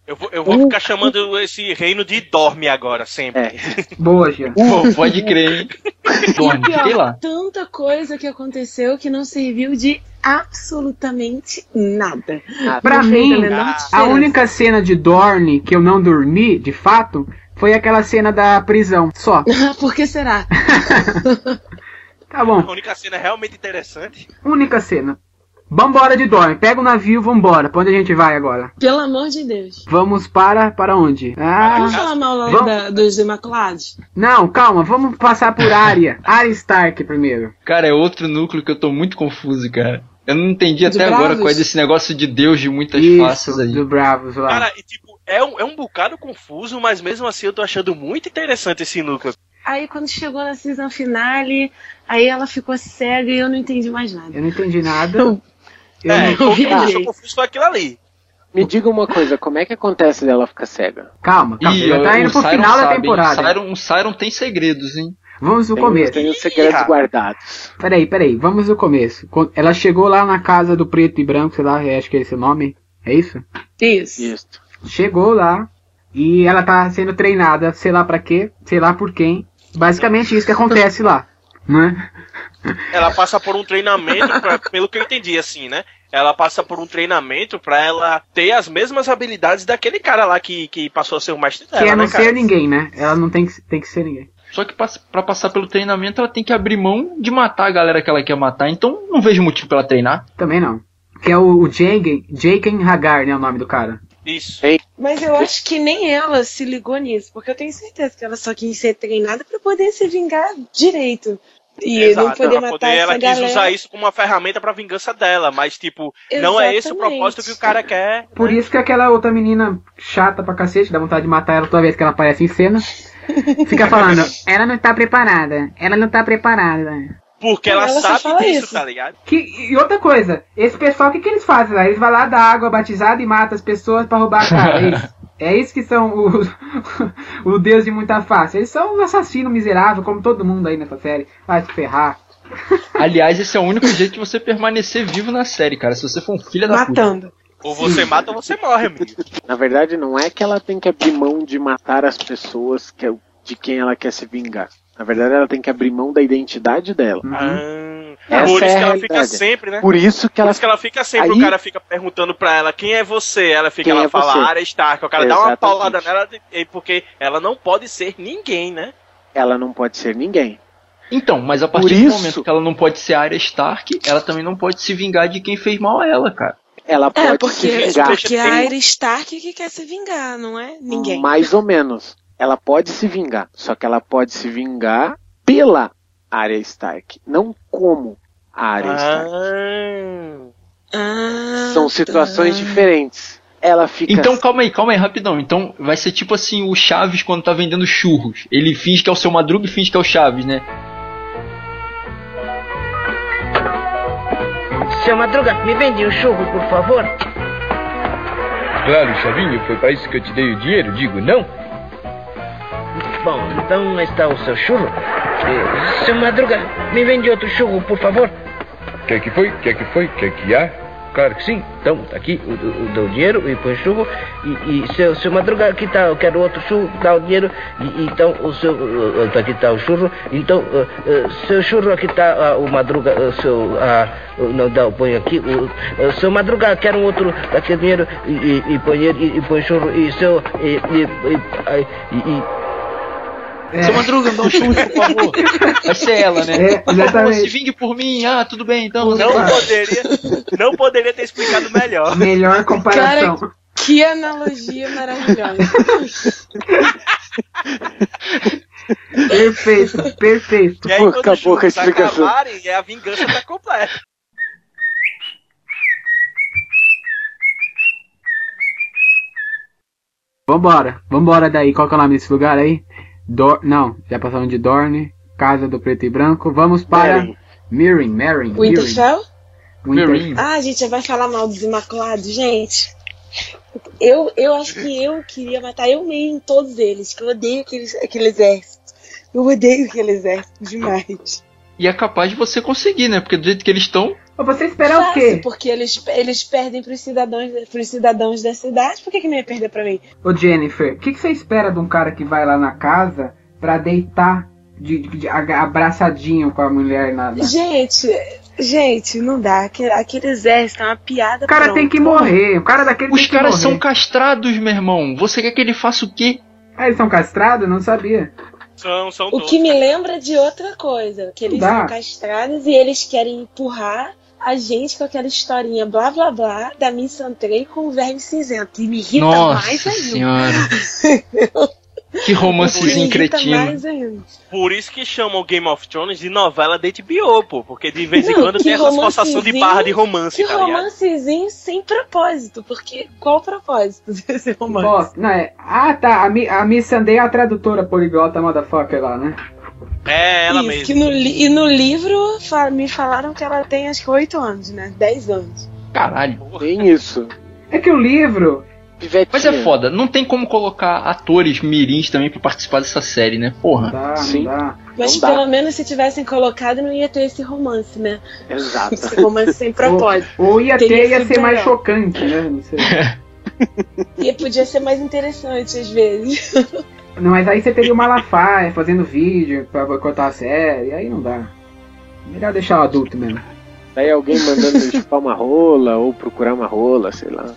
Speaker 1: Eu vou, eu vou ficar chamando esse reino de dorme agora, sempre.
Speaker 3: É.
Speaker 2: Boa, Jean.
Speaker 5: Pô, pode crer, hein? Dorme,
Speaker 4: E, ó,
Speaker 5: sei lá.
Speaker 4: Tanta coisa que aconteceu que não serviu de absolutamente nada.
Speaker 2: Pra
Speaker 4: Não fez
Speaker 2: mim,
Speaker 4: menor
Speaker 2: A
Speaker 4: diferença.
Speaker 2: única cena de Dorne que eu não dormi, de fato, foi aquela cena da prisão. Só.
Speaker 4: Por que será?
Speaker 2: Tá
Speaker 1: A
Speaker 2: bom.
Speaker 1: única cena realmente interessante.
Speaker 2: Única cena. Vambora de Dorne. Pega o navio, vambora. Pra onde a gente vai agora?
Speaker 4: Pelo amor de Deus.
Speaker 2: Vamos para. Para onde? Ah.
Speaker 4: Vamos falar mal lá
Speaker 2: Vamos.
Speaker 4: da- dos Imaculados?
Speaker 2: Não, calma, vamos passar por área. Arya Stark primeiro.
Speaker 5: Cara, é outro núcleo que eu tô muito confuso, cara. Eu não entendi
Speaker 4: Dos
Speaker 5: até agora
Speaker 4: bravos?
Speaker 5: qual é desse negócio de Deus Tá de muitas faces
Speaker 2: Isso,
Speaker 5: aí.
Speaker 2: do Bravos lá.
Speaker 1: Cara, e tipo, é um, é um bocado confuso, mas mesmo assim eu tô achando muito interessante esse núcleo.
Speaker 4: Aí quando chegou na season finale, aí ela ficou cega e eu não entendi mais nada.
Speaker 2: Eu não entendi nada.
Speaker 4: Não.
Speaker 2: Eu
Speaker 1: é,
Speaker 2: não-
Speaker 1: o que me
Speaker 4: vi.
Speaker 1: deixou confuso foi aquilo ali.
Speaker 3: Me diga uma coisa, como é que acontece dela ficar cega?
Speaker 2: Calma, calma.
Speaker 5: Ih,
Speaker 2: já tá
Speaker 5: o-
Speaker 2: indo
Speaker 5: o
Speaker 2: pro
Speaker 5: Siren
Speaker 2: final da
Speaker 5: sabe, hein?
Speaker 2: temporada.
Speaker 5: O Siren, o Siren tem segredos, hein?
Speaker 2: Vamos do
Speaker 3: Tem-
Speaker 2: começo.
Speaker 3: Tem os segredos
Speaker 1: Ih,
Speaker 3: guardados.
Speaker 2: Peraí, peraí, vamos do começo. Quando Ela chegou lá na casa do preto e branco, sei lá, acho que é esse o nome. É isso?
Speaker 4: Isso.
Speaker 3: Isso.
Speaker 2: Chegou lá e ela tá sendo treinada, sei lá pra quê, sei lá por quem. Basicamente isso que acontece lá, né?
Speaker 1: Ela passa por um treinamento, pra- pelo que eu entendi, assim, né? Ela passa por um treinamento pra ela ter as mesmas habilidades daquele cara lá que, que passou a ser o mestre dela,
Speaker 2: que é não
Speaker 1: né, cara?
Speaker 2: ser ninguém, né? Ela não tem que, tem que ser ninguém.
Speaker 5: Só que pass- pra passar pelo treinamento ela tem que abrir mão de matar a galera que ela quer matar. Então não vejo motivo pra ela treinar.
Speaker 2: Também não. Que é o, o Jagen, Jaken Hagar, né? O nome do cara.
Speaker 1: Isso.
Speaker 4: Mas eu acho que nem ela se ligou nisso, porque eu tenho certeza que ela só quis ser treinada pra poder se vingar direito. E não poder
Speaker 1: pra
Speaker 4: matar
Speaker 1: poder-
Speaker 4: essa
Speaker 1: ela
Speaker 4: galera.
Speaker 1: quis usar isso como uma ferramenta pra vingança dela, mas tipo, não é esse o
Speaker 4: Exatamente.
Speaker 1: propósito que o cara quer.
Speaker 2: Por
Speaker 1: né?
Speaker 2: isso que aquela outra menina chata pra cacete, dá vontade de matar ela toda vez que ela aparece em cena. Fica falando, ela não tá preparada, ela não tá preparada.
Speaker 1: Porque ela,
Speaker 4: Ela só
Speaker 1: sabe
Speaker 4: fala
Speaker 1: disso,
Speaker 4: isso.
Speaker 1: tá ligado?
Speaker 2: Que, e outra coisa, esse pessoal, o que, que eles fazem lá? Eles vão lá dar água batizada e matam as pessoas pra roubar a cara. É isso, é isso que são os, o deus de muita face. Eles são um assassino miserável, como todo mundo aí nessa série. Vai se ferrar.
Speaker 5: Aliás, esse é o único jeito de você permanecer vivo na série, cara. Se você for um
Speaker 1: tá
Speaker 5: filho da puta.
Speaker 4: Matando.
Speaker 1: Ou você mata ou você morre, amigo.
Speaker 3: Na verdade, não é que ela tem que abrir mão de matar as pessoas que, é de quem ela quer se vingar. Na verdade, ela tem que abrir mão da identidade dela.
Speaker 1: Ah,
Speaker 3: Essa
Speaker 1: por isso
Speaker 3: é a
Speaker 1: que ela fica
Speaker 3: realidade.
Speaker 1: sempre, né?
Speaker 3: Por isso que
Speaker 1: Por
Speaker 3: ela.
Speaker 1: isso que ela fica sempre,
Speaker 3: Aí-
Speaker 1: o cara fica perguntando pra ela quem é você, ela fica,
Speaker 3: Quem
Speaker 1: ela
Speaker 3: é
Speaker 1: fala
Speaker 3: você?
Speaker 1: Arya Stark, o cara dá uma
Speaker 3: Exatamente.
Speaker 1: paulada nela, e- porque ela não pode ser ninguém, né?
Speaker 3: Ela não pode ser ninguém.
Speaker 5: Então, mas a
Speaker 3: Por
Speaker 5: partir do
Speaker 3: isso-
Speaker 5: momento que ela não pode ser Arya Stark, ela também não pode se vingar de quem fez mal a ela, cara.
Speaker 3: Ela pode
Speaker 4: É,
Speaker 3: se
Speaker 4: porque,
Speaker 3: vingar.
Speaker 4: porque a Arya Stark que quer se vingar, não é? Ninguém.
Speaker 3: Mais ou menos. Ela pode se vingar. Só que ela pode se vingar pela Arya Stark. Não como a Arya
Speaker 5: Ah.
Speaker 3: Stark.
Speaker 1: Ah.
Speaker 4: Ah,
Speaker 3: São situações
Speaker 4: tá.
Speaker 3: diferentes. Ela fica. assim.
Speaker 5: Então, calma aí, calma aí, rapidão. Então, vai ser tipo assim, o Chaves quando tá vendendo churros. Ele finge que é o seu Madruga e finge que é o Chaves, né?
Speaker 6: Seu Madruga, me vende um churro, por favor.
Speaker 7: Claro, Chavinho, foi para isso que eu te dei o dinheiro, digo, não?
Speaker 6: Bom, então está o seu churro. Eh, Seu Madruga, me vende outro churro, por favor.
Speaker 7: O que é que foi? O que é que foi? O que é que há? Claro que sim.
Speaker 6: Então, tá aqui, o, o, o- dá o dinheiro e põe o churro. E, e seu, seu Madruga, aqui tá, eu quero outro churro, dá o dinheiro. E, então, o seu, eh, eh, tá aqui tá o churro. Então, eh, eh, seu churro, aqui tá ah, o Madruga, eh, seu, ah, eh, não, dá, põe aqui. o- eh, seu Madruga, quero um outro, tá aqui o dinheiro. E, e, e põe ele, e, e põe churro. E seu, e, e, e, ai, e, e
Speaker 5: Seu Madruga, me dá um churro, por favor. Vai ser ela, né?
Speaker 2: É,
Speaker 5: por favor,
Speaker 2: exatamente.
Speaker 5: se vingue por mim. Ah, tudo bem, então.
Speaker 1: Não poderia, não poderia ter explicado melhor.
Speaker 2: Melhor comparação.
Speaker 4: Que analogia maravilhosa.
Speaker 2: Perfeito, perfeito.
Speaker 1: E aí,
Speaker 3: Pô,
Speaker 1: quando
Speaker 3: acabou
Speaker 1: os churros
Speaker 3: com a explicação.
Speaker 1: acabarem, a vingança tá completa.
Speaker 2: Vambora, vambora daí. Qual que é o nome desse lugar aí? Dor... Não, já passamos de Dorne, Casa do Preto e Branco. Vamos para
Speaker 3: Peraí.
Speaker 2: Mirin, Merin,
Speaker 4: Winterfell?
Speaker 2: Winter...
Speaker 4: Ah, gente, já vai falar mal dos Imaculados, gente. Eu, eu acho que eu queria matar eu mesmo todos eles, que eu odeio aqueles, aquele exército. Eu odeio aquele exército demais.
Speaker 5: E é capaz de você conseguir, né? Porque do jeito que eles estão,
Speaker 2: Ô, Você esperar o quê?
Speaker 4: Fácil, Porque eles, eles perdem pros cidadãos, pros cidadãos da cidade. Por que, que não ia perder pra mim?
Speaker 2: Ô Jennifer, o que, que você espera de um cara que vai lá na casa pra deitar de, de- de- aga- abraçadinho com a mulher na. na-
Speaker 4: Gente, gente, não dá. Aquele, aquele exército é uma piada.
Speaker 2: O cara
Speaker 4: pronta.
Speaker 2: tem que morrer. O cara daquele
Speaker 5: os
Speaker 2: tem que
Speaker 5: caras
Speaker 2: morrer.
Speaker 5: são castrados, meu irmão. Você quer que ele faça o quê?
Speaker 2: Ah, eles são castrados? Não sabia.
Speaker 1: São, são
Speaker 4: O
Speaker 1: todos.
Speaker 4: que me lembra de outra coisa, que eles
Speaker 2: Dá.
Speaker 4: são castrados e eles querem empurrar a gente com aquela historinha blá blá blá da Miss Andrei com o verme cinzento. E me irrita mais
Speaker 5: Nossa
Speaker 4: ainda.
Speaker 5: senhora. que
Speaker 4: me
Speaker 5: romancezinho
Speaker 4: irrita
Speaker 5: cretino.
Speaker 4: mais ainda.
Speaker 1: Por isso que chamam Game of Thrones de novela da HBO, pô. Porque de vez em
Speaker 4: Não,
Speaker 1: quando
Speaker 4: que
Speaker 1: tem essa forçação de
Speaker 4: romancezinho,
Speaker 1: barra de romance,
Speaker 4: Que
Speaker 1: tá ligado?
Speaker 4: romancezinho sem propósito, porque qual o propósito desse romance?
Speaker 2: Ó, não, é... Ah, tá. A, Mi, a Miss Sunday é a tradutora poliglota motherfucker lá, né?
Speaker 1: É, ela
Speaker 4: Isso,
Speaker 1: mesma.
Speaker 4: que no li- e no livro fa- me falaram que ela tem acho que 8 anos, né? 10 anos.
Speaker 5: Caralho.
Speaker 3: Nem isso.
Speaker 2: É que o livro.
Speaker 3: Pivetinha.
Speaker 5: Mas é foda, não tem como colocar atores mirins também pra participar dessa série, né? Porra.
Speaker 2: Tá,
Speaker 3: Sim.
Speaker 2: não dá.
Speaker 4: Mas
Speaker 3: Não dá.
Speaker 4: pelo menos se tivessem colocado, não ia ter esse romance, né?
Speaker 3: Exato.
Speaker 4: Esse romance sem propósito.
Speaker 2: Ou ia
Speaker 4: Teria
Speaker 2: ter, ia
Speaker 4: sido
Speaker 2: ser mais
Speaker 4: melhor.
Speaker 2: chocante, né? Não sei.
Speaker 4: E podia ser mais interessante às vezes.
Speaker 2: Não, mas aí você teria o Malafaia fazendo vídeo pra boicotar a série, aí não dá. Melhor deixar o adulto mesmo.
Speaker 3: Daí alguém mandando ele chupar uma rola ou procurar uma rola, sei lá.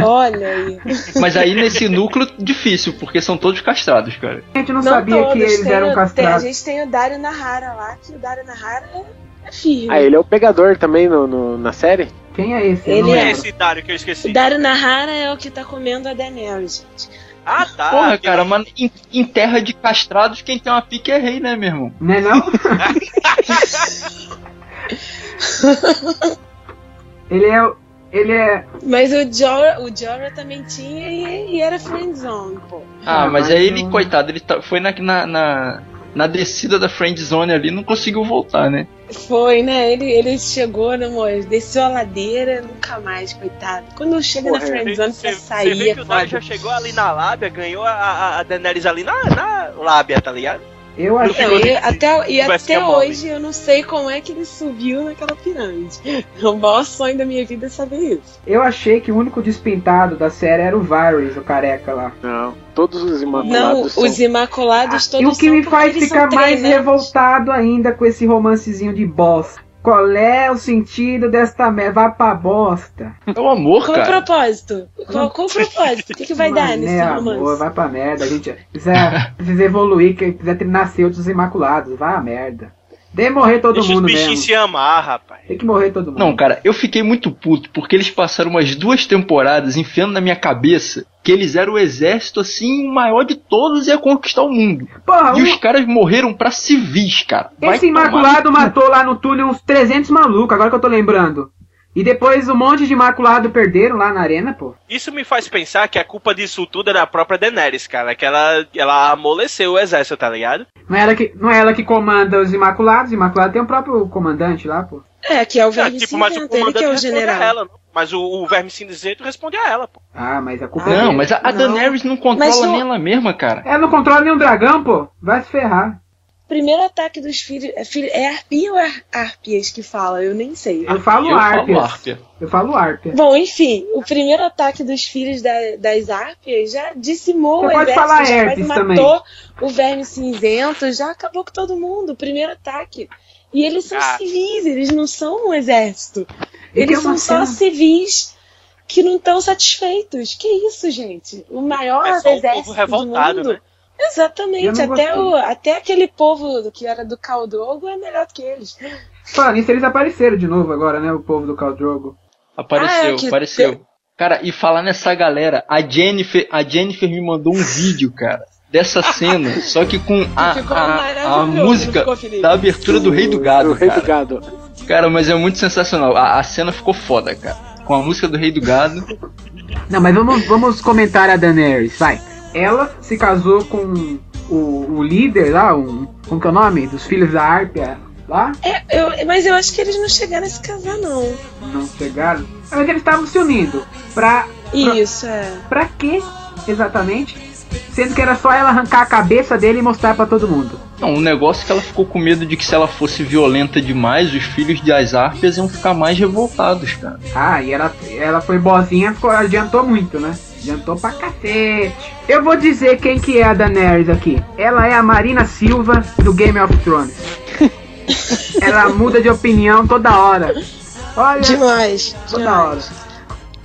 Speaker 4: Olha aí.
Speaker 5: Mas aí nesse núcleo, difícil, porque são todos castrados, cara.
Speaker 2: A gente não, sabia que
Speaker 4: todos,
Speaker 2: eles
Speaker 4: tem o-
Speaker 2: eram
Speaker 4: tem- a
Speaker 2: castrados.
Speaker 4: gente tem o Dario Nahara lá, que o Dario Nahara é- é filho.
Speaker 3: Ah, ele é o pegador também no, no- na série?
Speaker 2: Quem é esse?
Speaker 4: Ele
Speaker 2: eu não
Speaker 1: Quem é
Speaker 2: lembro.
Speaker 1: esse Dario que eu
Speaker 4: O
Speaker 1: esqueci?
Speaker 4: Dario Nahara é o que tá comendo a Daenerys, gente.
Speaker 1: Ah, tá.
Speaker 5: Porra,
Speaker 1: aquele-
Speaker 5: cara, mas em, em terra de castrados, quem tem uma pique é rei, né, meu irmão?
Speaker 2: Não é não? ele é. o- Ele é.
Speaker 4: Mas o Jorah, o Jorah também tinha e, e era friendzone, pô.
Speaker 5: Ah,
Speaker 2: Ah,
Speaker 5: mas
Speaker 2: mas
Speaker 5: aí ele,
Speaker 2: não-
Speaker 5: coitado, ele tá- foi na, na, na, na descida da friend zone ali, não conseguiu voltar, né?
Speaker 4: Foi, né? Ele, ele chegou, né, amor? Desceu a ladeira, nunca mais, coitado. Quando chega na
Speaker 3: Porra,
Speaker 4: friendzone pra
Speaker 1: é. Você
Speaker 4: sair,
Speaker 1: vê que
Speaker 4: é
Speaker 1: o Dario já
Speaker 4: foda.
Speaker 1: chegou ali na lábia, ganhou a, a, a Daenerys ali na, na lábia, tá ligado?
Speaker 2: Eu acho
Speaker 4: Não, e até, e
Speaker 1: Parece que é
Speaker 4: até
Speaker 1: móvel.
Speaker 4: hoje eu não sei como é que ele subiu naquela pirâmide. O maior sonho da minha vida é saber isso.
Speaker 2: Eu achei que o único despintado da série era o Varys, o careca lá.
Speaker 3: Não. Todos os
Speaker 4: não,
Speaker 3: imaculados. são-
Speaker 4: os Imaculados
Speaker 2: Ah, e
Speaker 4: todos
Speaker 2: o que
Speaker 4: são
Speaker 2: me
Speaker 4: porque
Speaker 2: faz
Speaker 4: eles
Speaker 2: ficar
Speaker 4: são né?
Speaker 2: mais
Speaker 4: treinados.
Speaker 2: revoltado ainda com esse romancezinho de bosta. Qual é o sentido desta merda? Vá pra bosta.
Speaker 5: É o amor,
Speaker 4: Qual o
Speaker 5: cara.
Speaker 4: propósito? Qual, qual o propósito? O que, que vai dar
Speaker 2: Mané,
Speaker 4: nesse romance?
Speaker 2: é né, amor, vai pra merda. A gente quiser, quiser evoluir, que quiser ter- nascer outros imaculados, vai a merda. Tem que morrer todo
Speaker 1: Deixa os
Speaker 2: mundo
Speaker 1: bichinhos
Speaker 2: mesmo.
Speaker 1: se amar, rapaz.
Speaker 2: Tem que morrer todo mundo.
Speaker 5: Não, cara, eu fiquei muito puto porque eles passaram umas duas temporadas enfiando na minha cabeça que eles eram o exército assim, o maior de todos e ia conquistar o mundo.
Speaker 2: Porra,
Speaker 5: E
Speaker 2: um-
Speaker 5: os caras morreram pra civis, cara. Vai
Speaker 2: esse
Speaker 5: tomar
Speaker 2: imaculado
Speaker 5: no cu.
Speaker 2: matou lá no túnel uns 300 malucos, agora que eu tô lembrando. E depois um monte de imaculado perderam lá na arena, pô.
Speaker 1: Isso me faz pensar que a culpa disso tudo é da própria Daenerys, cara. Que ela, ela amoleceu o exército, tá ligado?
Speaker 2: Não é ela que, não é ela que comanda os imaculados, os imaculados tem o próprio comandante lá, pô.
Speaker 4: É, que é o verme
Speaker 1: É, tipo, mas o
Speaker 4: cinzento, ele que
Speaker 1: comandante
Speaker 4: é o
Speaker 1: responde a
Speaker 4: general.
Speaker 1: ela. não? Mas o, o verme cinzento responde a ela, pô.
Speaker 2: Ah, mas a culpa é
Speaker 5: Não,
Speaker 2: dele.
Speaker 5: mas a, a
Speaker 4: Não.
Speaker 5: Daenerys não
Speaker 4: Mas
Speaker 5: controla
Speaker 4: não-
Speaker 5: nem ela mesma, cara.
Speaker 2: Ela não controla nenhum dragão, pô. Vai se ferrar.
Speaker 4: Primeiro ataque dos filhos. É, filho, é arpia ou é arpias que fala? Eu nem sei.
Speaker 2: Eu falo
Speaker 5: eu
Speaker 2: Arpias.
Speaker 5: falo Arpia.
Speaker 2: Eu falo Arpia.
Speaker 4: Bom, enfim, o primeiro ataque dos filhos da- das árpias já dizimou
Speaker 2: Você
Speaker 4: o
Speaker 2: pode
Speaker 4: exército,
Speaker 2: falar
Speaker 4: já
Speaker 2: herpes
Speaker 4: quase matou
Speaker 2: também.
Speaker 4: o verme cinzento, já acabou com todo mundo, o primeiro ataque. E eles são
Speaker 1: Ah.
Speaker 4: civis, eles não são um exército.
Speaker 2: E tem
Speaker 4: Eles
Speaker 2: é uma cena-
Speaker 4: são só civis que não estão satisfeitos. Que isso, gente? O maior
Speaker 1: É só um
Speaker 4: exército
Speaker 1: povo revoltado,
Speaker 4: do mundo
Speaker 1: né?
Speaker 2: Eu
Speaker 4: Exatamente,
Speaker 2: não
Speaker 4: até,
Speaker 2: gostei.
Speaker 4: o, até aquele povo que era do Caldogo é melhor do que eles.
Speaker 2: Fala nisso, eles apareceram de novo agora, né? O povo do Caldrogo.
Speaker 5: Apareceu,
Speaker 4: Ah, é que-
Speaker 5: apareceu. Cara, e falar nessa galera, a Jennifer, a Jennifer me mandou um vídeo, cara, dessa cena, só que com
Speaker 1: Ah,
Speaker 5: a,
Speaker 4: ficou
Speaker 5: a, a
Speaker 4: maravilhoso, não
Speaker 5: música
Speaker 4: ficou, Felipe?
Speaker 5: da abertura do Rei do Gado,
Speaker 3: Do Rei
Speaker 5: cara.
Speaker 3: do Gado.
Speaker 5: Cara, mas é muito sensacional. A, a cena ficou foda, cara. Com a música do Rei do Gado.
Speaker 2: Não, mas vamos, vamos comentar a Daenerys, vai. Ela se casou com o, o líder lá, um, como que é o nome? Dos filhos da Árpia lá.
Speaker 4: É, eu- mas eu acho que eles não chegaram a se casar, não.
Speaker 2: Não chegaram. Ah, Mas eles estavam se unindo. Pra,
Speaker 4: Isso, é.
Speaker 2: pra quê exatamente? Sendo que era só ela arrancar a cabeça dele e mostrar pra todo mundo.
Speaker 5: Não, o negócio é que ela ficou com medo de que se ela fosse violenta demais, os filhos de as Asarpias iam ficar mais revoltados, cara.
Speaker 2: Ah, e ela, ela foi bozinha, ficou- adiantou muito, né? Adiantou pra cacete. Eu vou dizer quem que é a Daenerys aqui. Ela é a Marina Silva do Game of Thrones. ela muda de opinião toda hora. Olha,
Speaker 4: Demais.
Speaker 2: toda hora.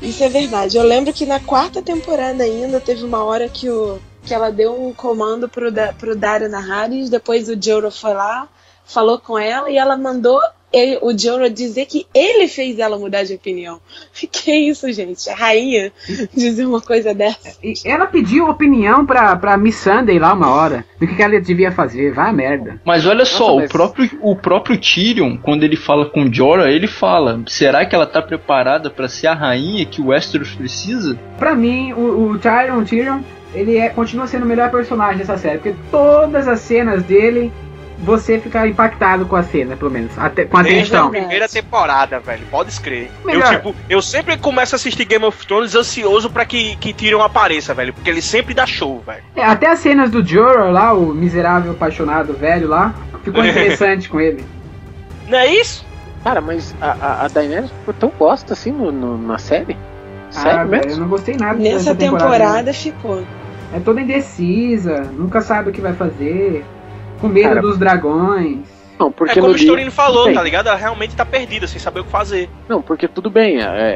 Speaker 4: Isso é verdade. Eu lembro que na quarta temporada ainda teve uma hora que, o, que ela deu um comando pro, da, pro Dario Naharis, depois o Joro foi lá, falou com ela e ela mandou ele- o Joro dizer que ele fez ela mudar de opinião. Que é isso, gente? A rainha dizer uma coisa dessa.
Speaker 2: E ela pediu opinião pra, pra Miss Sunday lá uma hora. Do que, que ela devia fazer. Vai a merda.
Speaker 5: Mas olha só,
Speaker 3: Nossa, mas-
Speaker 5: o, próprio, o próprio Tyrion, quando ele fala com Jorah, ele fala: será que ela tá preparada pra ser a rainha que o Westeros precisa?
Speaker 2: Pra mim, o, o Tyrion, Tyrion, ele é, continua sendo o melhor personagem dessa série. Porque todas as cenas dele, você fica impactado com a cena, pelo menos. Até, com a
Speaker 1: Desde a
Speaker 2: atenção.
Speaker 1: primeira temporada, velho. Pode escrever. Eu,
Speaker 2: Melhor.
Speaker 1: tipo, eu sempre começo a assistir Game of Thrones ansioso pra que, que Tyrion apareça, velho. Porque ele sempre dá show, velho.
Speaker 2: É, até as cenas do Jorah lá, o miserável apaixonado velho lá, ficou interessante com ele.
Speaker 1: Não é isso?
Speaker 3: Cara, mas a, a, a Daenerys ficou tão bosta assim no, no- na série? Sério
Speaker 2: Ah, velho, eu
Speaker 3: mesmo?
Speaker 2: não gostei nada dessa
Speaker 4: Nessa
Speaker 2: temporada.
Speaker 4: temporada ficou.
Speaker 2: não. É toda indecisa, nunca sabe o que vai fazer, com medo
Speaker 3: Cara,
Speaker 2: dos dragões.
Speaker 3: Não,
Speaker 1: É
Speaker 3: porque
Speaker 1: como
Speaker 3: no
Speaker 1: o Storino falou,
Speaker 3: Bem.
Speaker 1: tá ligado? Ela realmente tá perdida, sem saber o que fazer.
Speaker 3: Não, porque tudo bem, é- é-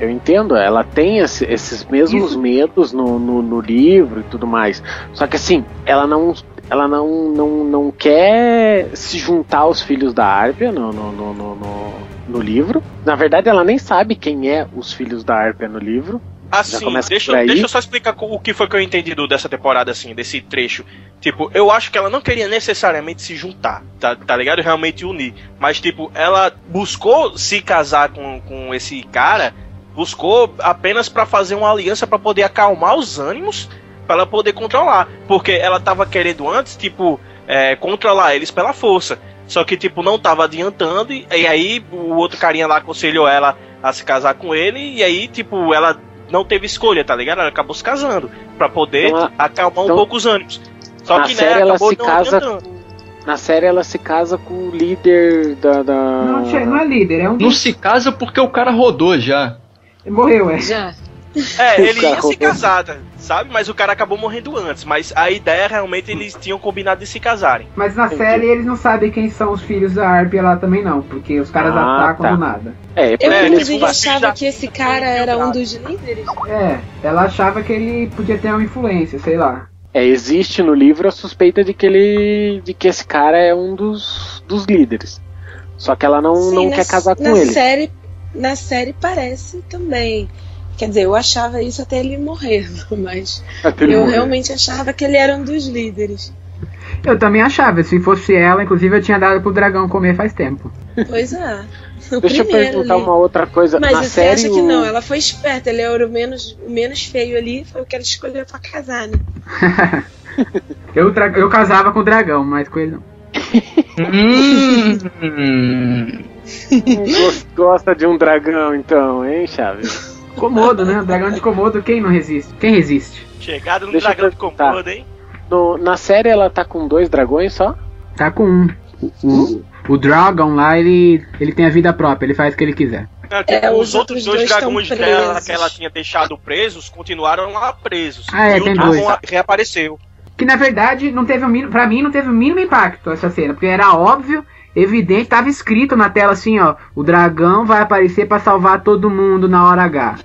Speaker 3: é- eu entendo, ela tem esse- esses mesmos
Speaker 2: Isso.
Speaker 3: medos no, no- no livro e tudo mais. Só que assim, ela não. Ela não, não, não quer se juntar aos filhos da Árpia no, no, no, no, no- no livro. Na verdade, ela nem sabe quem é os filhos da Árpia no livro.
Speaker 1: Assim,
Speaker 3: começa
Speaker 1: deixa,
Speaker 3: por aí.
Speaker 1: deixa eu só explicar co- o que foi que eu entendi do- dessa temporada, assim, desse trecho. Tipo, eu acho que ela não queria necessariamente se juntar, tá, tá ligado? Realmente unir. Mas, tipo, ela buscou se casar com, com esse cara, buscou apenas pra fazer uma aliança pra poder acalmar os ânimos, pra ela poder controlar. Porque ela tava querendo antes, tipo, é, controlar eles pela força. Só que, tipo, não tava adiantando, e, e aí o outro carinha lá aconselhou ela a se casar com ele, e aí, tipo, ela não teve escolha, tá ligado? Ela acabou se casando pra poder
Speaker 3: Então, a-
Speaker 1: acalmar
Speaker 3: então,
Speaker 1: um pouco os ânimos. Só
Speaker 3: na
Speaker 1: que, né,
Speaker 3: série ela
Speaker 1: acabou
Speaker 3: se
Speaker 1: não
Speaker 3: casa-
Speaker 1: adiantando.
Speaker 3: Na série, ela se casa com o líder da. da-
Speaker 2: Não, che- não é líder, é um.
Speaker 5: Não se casa porque o cara rodou já.
Speaker 2: Morreu, é.
Speaker 4: Já.
Speaker 1: É,
Speaker 3: O
Speaker 1: ele ia
Speaker 3: cara
Speaker 1: se
Speaker 3: roubou.
Speaker 1: casar, tá? sabe? Mas o cara acabou morrendo antes. Mas a ideia, realmente, eles tinham combinado de se casarem.
Speaker 2: Mas na
Speaker 3: Entendi.
Speaker 2: série eles não sabem quem são os filhos da Harpy lá também não, porque os caras
Speaker 3: Ah,
Speaker 2: atacam
Speaker 3: tá.
Speaker 2: do nada.
Speaker 3: É,
Speaker 4: Eu
Speaker 1: É,
Speaker 4: inclusive
Speaker 1: tipo,
Speaker 4: achava
Speaker 1: já-
Speaker 4: que esse cara era um dos líderes.
Speaker 2: É, ela achava que ele podia ter uma influência, sei lá.
Speaker 3: É, existe no livro a suspeita de que ele. de que esse cara é um dos, dos líderes. Só que ela não,
Speaker 4: Sim,
Speaker 3: não
Speaker 4: na-
Speaker 3: quer casar com
Speaker 4: na
Speaker 3: ele.
Speaker 4: Série, na série parece também. Quer dizer, eu achava isso até ele morrer, mas
Speaker 3: Até ele
Speaker 4: eu
Speaker 3: morrer.
Speaker 4: realmente achava que ele era um dos líderes.
Speaker 2: Eu também achava, se fosse ela, inclusive eu tinha dado pro dragão comer faz tempo.
Speaker 4: Pois é. O
Speaker 3: Deixa eu
Speaker 4: primeiro
Speaker 3: perguntar
Speaker 4: ali.
Speaker 3: uma outra coisa.
Speaker 4: Mas
Speaker 3: na
Speaker 4: você
Speaker 3: série, um
Speaker 4: acha que
Speaker 3: o-
Speaker 4: não? é Ela foi esperta, ele era o menos, o menos feio ali, foi o que ela escolheu pra casar, né?
Speaker 2: Eu, tra- eu casava com o dragão, mas com ele não.
Speaker 5: Hum,
Speaker 3: Gos- gosta de um dragão, então, hein, Chaves?
Speaker 2: Comodo, né? O dragão de Comodo, quem não resiste? Quem resiste?
Speaker 1: Chegado no
Speaker 3: Deixa eu
Speaker 1: dragão de
Speaker 3: perguntar.
Speaker 1: Komodo, hein?
Speaker 3: No- na série ela tá com dois dragões só?
Speaker 2: Tá com um. O, o, o Dragon lá, ele, ele tem a vida própria, ele faz o que ele quiser.
Speaker 1: É, tipo,
Speaker 4: os
Speaker 1: os outros
Speaker 4: outros
Speaker 1: dois,
Speaker 4: dois
Speaker 1: dragões
Speaker 4: estão
Speaker 1: dela
Speaker 4: presos.
Speaker 1: que ela tinha deixado presos continuaram lá presos.
Speaker 2: Ah, é,
Speaker 1: e o
Speaker 2: tem
Speaker 1: dragão
Speaker 2: dois.
Speaker 1: a- reapareceu.
Speaker 2: Que na verdade não teve o mínimo, pra mim não teve o mínimo impacto essa cena, porque era óbvio, evidente, tava escrito na tela assim, ó, o dragão vai aparecer pra salvar todo mundo na hora H.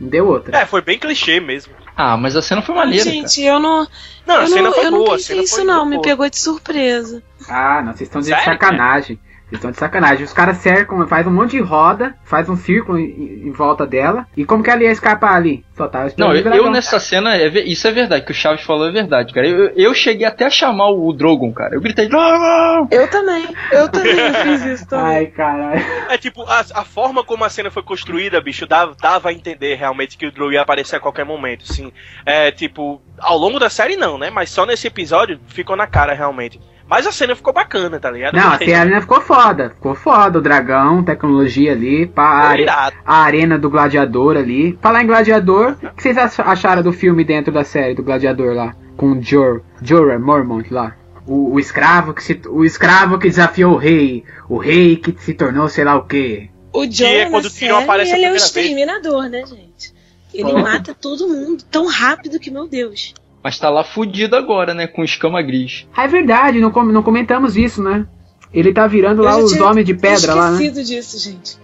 Speaker 2: Não deu outra.
Speaker 1: É, foi bem clichê mesmo.
Speaker 5: Ah, mas a cena foi maneira.
Speaker 4: Gente, eu não.
Speaker 1: Não,
Speaker 4: eu
Speaker 1: a cena
Speaker 4: não,
Speaker 1: foi
Speaker 4: eu
Speaker 1: boa.
Speaker 4: não
Speaker 1: a
Speaker 4: pensei
Speaker 1: cena
Speaker 4: isso,
Speaker 1: foi
Speaker 4: não.
Speaker 1: boa.
Speaker 4: Me pegou de surpresa.
Speaker 2: Ah, não, vocês estão de
Speaker 1: Sério,
Speaker 2: sacanagem. Vocês estão de sacanagem. Os caras cercam, faz um monte de roda, faz um círculo em, em volta dela. E como que ela ia escapar ali? Só tava esperando
Speaker 5: Não,
Speaker 2: o
Speaker 5: eu, eu
Speaker 2: dragão.
Speaker 5: nessa cena, é ve- isso é verdade, que o Chaves falou é verdade, cara. Eu, eu cheguei até a chamar o, o Drogon, cara. Eu gritei, Drogon!
Speaker 4: Eu também. Eu também fiz isso também.
Speaker 2: Ai, caralho.
Speaker 1: É tipo, a, a forma como a cena foi construída, bicho, dava, dava a entender realmente que o Drew ia aparecer a qualquer momento, sim. É, tipo, ao longo da série não, né? Mas só nesse episódio ficou na cara realmente. Mas a cena ficou bacana, tá ligado?
Speaker 5: um
Speaker 2: Não, a
Speaker 1: Gostei.
Speaker 2: Serena ficou foda. Ficou foda. O dragão, tecnologia ali, pá, a,
Speaker 1: Foi
Speaker 2: are-
Speaker 1: irado.
Speaker 2: a arena do gladiador ali. Falar em gladiador, o que vocês ach- acharam do filme dentro da série do gladiador lá? Com o Jor, Jorah Mormont lá. O, o escravo que se, o escravo que desafiou o rei. O rei que se tornou sei lá o quê.
Speaker 4: O John,
Speaker 1: é
Speaker 4: na
Speaker 1: quando o Tyrion
Speaker 4: série,
Speaker 1: aparece a
Speaker 4: ele é
Speaker 1: primeira
Speaker 4: o
Speaker 1: vez.
Speaker 4: exterminador, né, gente? Ele
Speaker 2: Oh.
Speaker 4: mata todo mundo tão rápido que, meu Deus.
Speaker 5: Mas tá lá fudido agora, né? Com escama gris.
Speaker 2: Ah, é verdade, não, com- não comentamos isso, né? Ele tá virando
Speaker 4: Eu
Speaker 2: lá
Speaker 4: já
Speaker 2: os
Speaker 4: tinha
Speaker 2: homens de pedra
Speaker 4: Esquecido
Speaker 2: lá, né?
Speaker 4: disso, gente.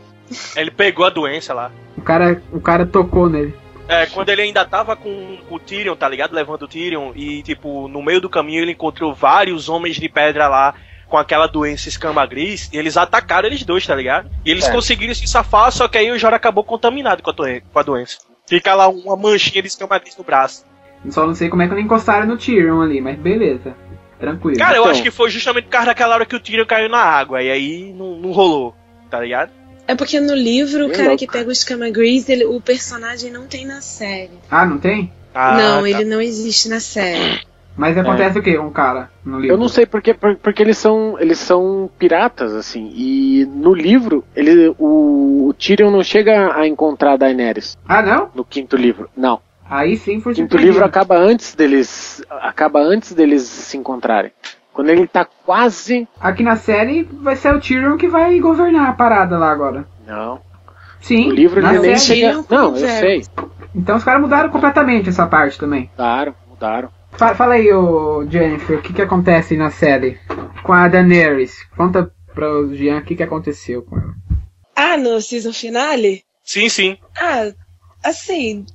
Speaker 1: Ele pegou a doença lá.
Speaker 2: O cara, o cara tocou nele.
Speaker 1: É, quando ele ainda tava com, com o Tyrion, tá ligado? Levando o Tyrion. E, tipo, no meio do caminho ele encontrou vários homens de pedra lá com aquela doença escama gris. E eles atacaram eles dois, tá ligado? E eles
Speaker 3: É.
Speaker 1: conseguiram se safar, só que aí o Jorah acabou contaminado com a, toen- com a doença. Fica lá uma manchinha de escama gris no braço.
Speaker 2: Só não sei como é que não encostaram no Tyrion ali, mas beleza. Tranquilo.
Speaker 1: Cara, eu
Speaker 3: Então.
Speaker 1: acho que foi justamente por causa daquela hora que o Tyrion caiu na água. E aí não, não rolou, tá ligado?
Speaker 4: É porque no livro, o
Speaker 3: Bem
Speaker 4: cara
Speaker 3: louco.
Speaker 4: que pega o escama Grease, ele- o personagem não tem na série.
Speaker 2: Ah, não tem?
Speaker 1: Ah,
Speaker 4: não,
Speaker 1: tá.
Speaker 4: ele não existe na série.
Speaker 2: Mas acontece o quê com o cara no livro?
Speaker 3: É. Eu não sei porque, por- porque eles, são, eles são piratas, assim. E no livro, ele, o, o Tyrion não chega a encontrar a Daenerys
Speaker 2: Ah, não?
Speaker 3: no quinto livro. Não.
Speaker 2: Aí sim foi
Speaker 3: O quinto livro acaba antes deles. Acaba antes deles se encontrarem. Quando ele tá quase.
Speaker 2: Aqui na série vai ser o Tyrion que vai governar a parada lá agora.
Speaker 3: Não.
Speaker 2: Sim,
Speaker 3: O livro
Speaker 2: na
Speaker 3: ele
Speaker 2: série.
Speaker 3: nem
Speaker 4: sei.
Speaker 3: chega.
Speaker 4: Tyrion com
Speaker 3: Não, eu
Speaker 4: Tá zero.
Speaker 3: sei.
Speaker 2: Então os caras mudaram completamente essa parte também.
Speaker 3: Mudaram, mudaram.
Speaker 2: Fa- fala aí, ô Jennifer, o que, que acontece na série com a Daenerys? Conta pra o Jean o que, que aconteceu com ela.
Speaker 4: Ah, no season finale?
Speaker 1: Sim, sim.
Speaker 4: Ah, assim,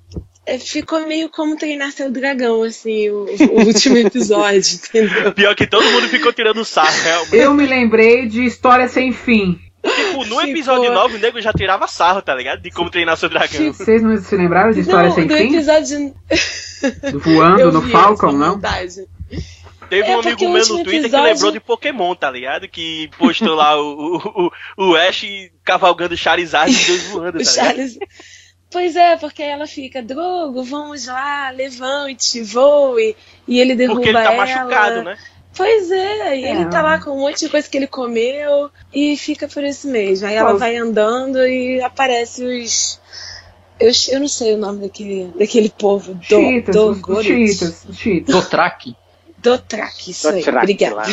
Speaker 4: é, ficou meio como treinar seu dragão, assim, o, o último episódio, entendeu?
Speaker 1: Pior que todo mundo ficou tirando sarro, realmente.
Speaker 2: Eu me lembrei de História Sem Fim.
Speaker 1: Tipo, no
Speaker 4: Ficou.
Speaker 1: episódio 9 o nego já tirava sarro, tá ligado? De como treinar seu dragão.
Speaker 2: Vocês não se lembraram de História
Speaker 4: Não,
Speaker 2: Sem
Speaker 4: do
Speaker 2: Fim?
Speaker 4: episódio.
Speaker 2: Voando
Speaker 4: eu
Speaker 2: no
Speaker 4: vi assim,
Speaker 2: Falcon,
Speaker 4: essa
Speaker 2: não?
Speaker 4: montagem.
Speaker 1: Teve
Speaker 4: É,
Speaker 1: um
Speaker 4: porque
Speaker 1: amigo
Speaker 4: o
Speaker 1: meu
Speaker 4: último
Speaker 1: no Twitter que
Speaker 4: episódio-
Speaker 1: lembrou de Pokémon, tá ligado? Que postou lá o, o, o, o Ash cavalgando Charizard e dois voando,
Speaker 4: O
Speaker 1: tá ligado?
Speaker 4: Charles. Pois é, porque ela fica, Drogo, vamos lá, levante, voe. E ele derruba
Speaker 1: Porque ele tá
Speaker 4: ela.
Speaker 1: machucado, né?
Speaker 4: Pois é, e
Speaker 2: É,
Speaker 4: ele tá lá com um monte de coisa que ele comeu e fica por isso mesmo. Aí ela
Speaker 2: Pô.
Speaker 4: vai andando e aparece os. Eu, eu não sei o nome daquele, daquele povo. Do,
Speaker 2: Cheetas, os- os
Speaker 4: Dogorit.
Speaker 2: Cheetas, os Cheetas.
Speaker 5: Dothraki.
Speaker 4: Dotrak, isso aí.
Speaker 3: Dothraki
Speaker 4: Obrigada.
Speaker 3: lá.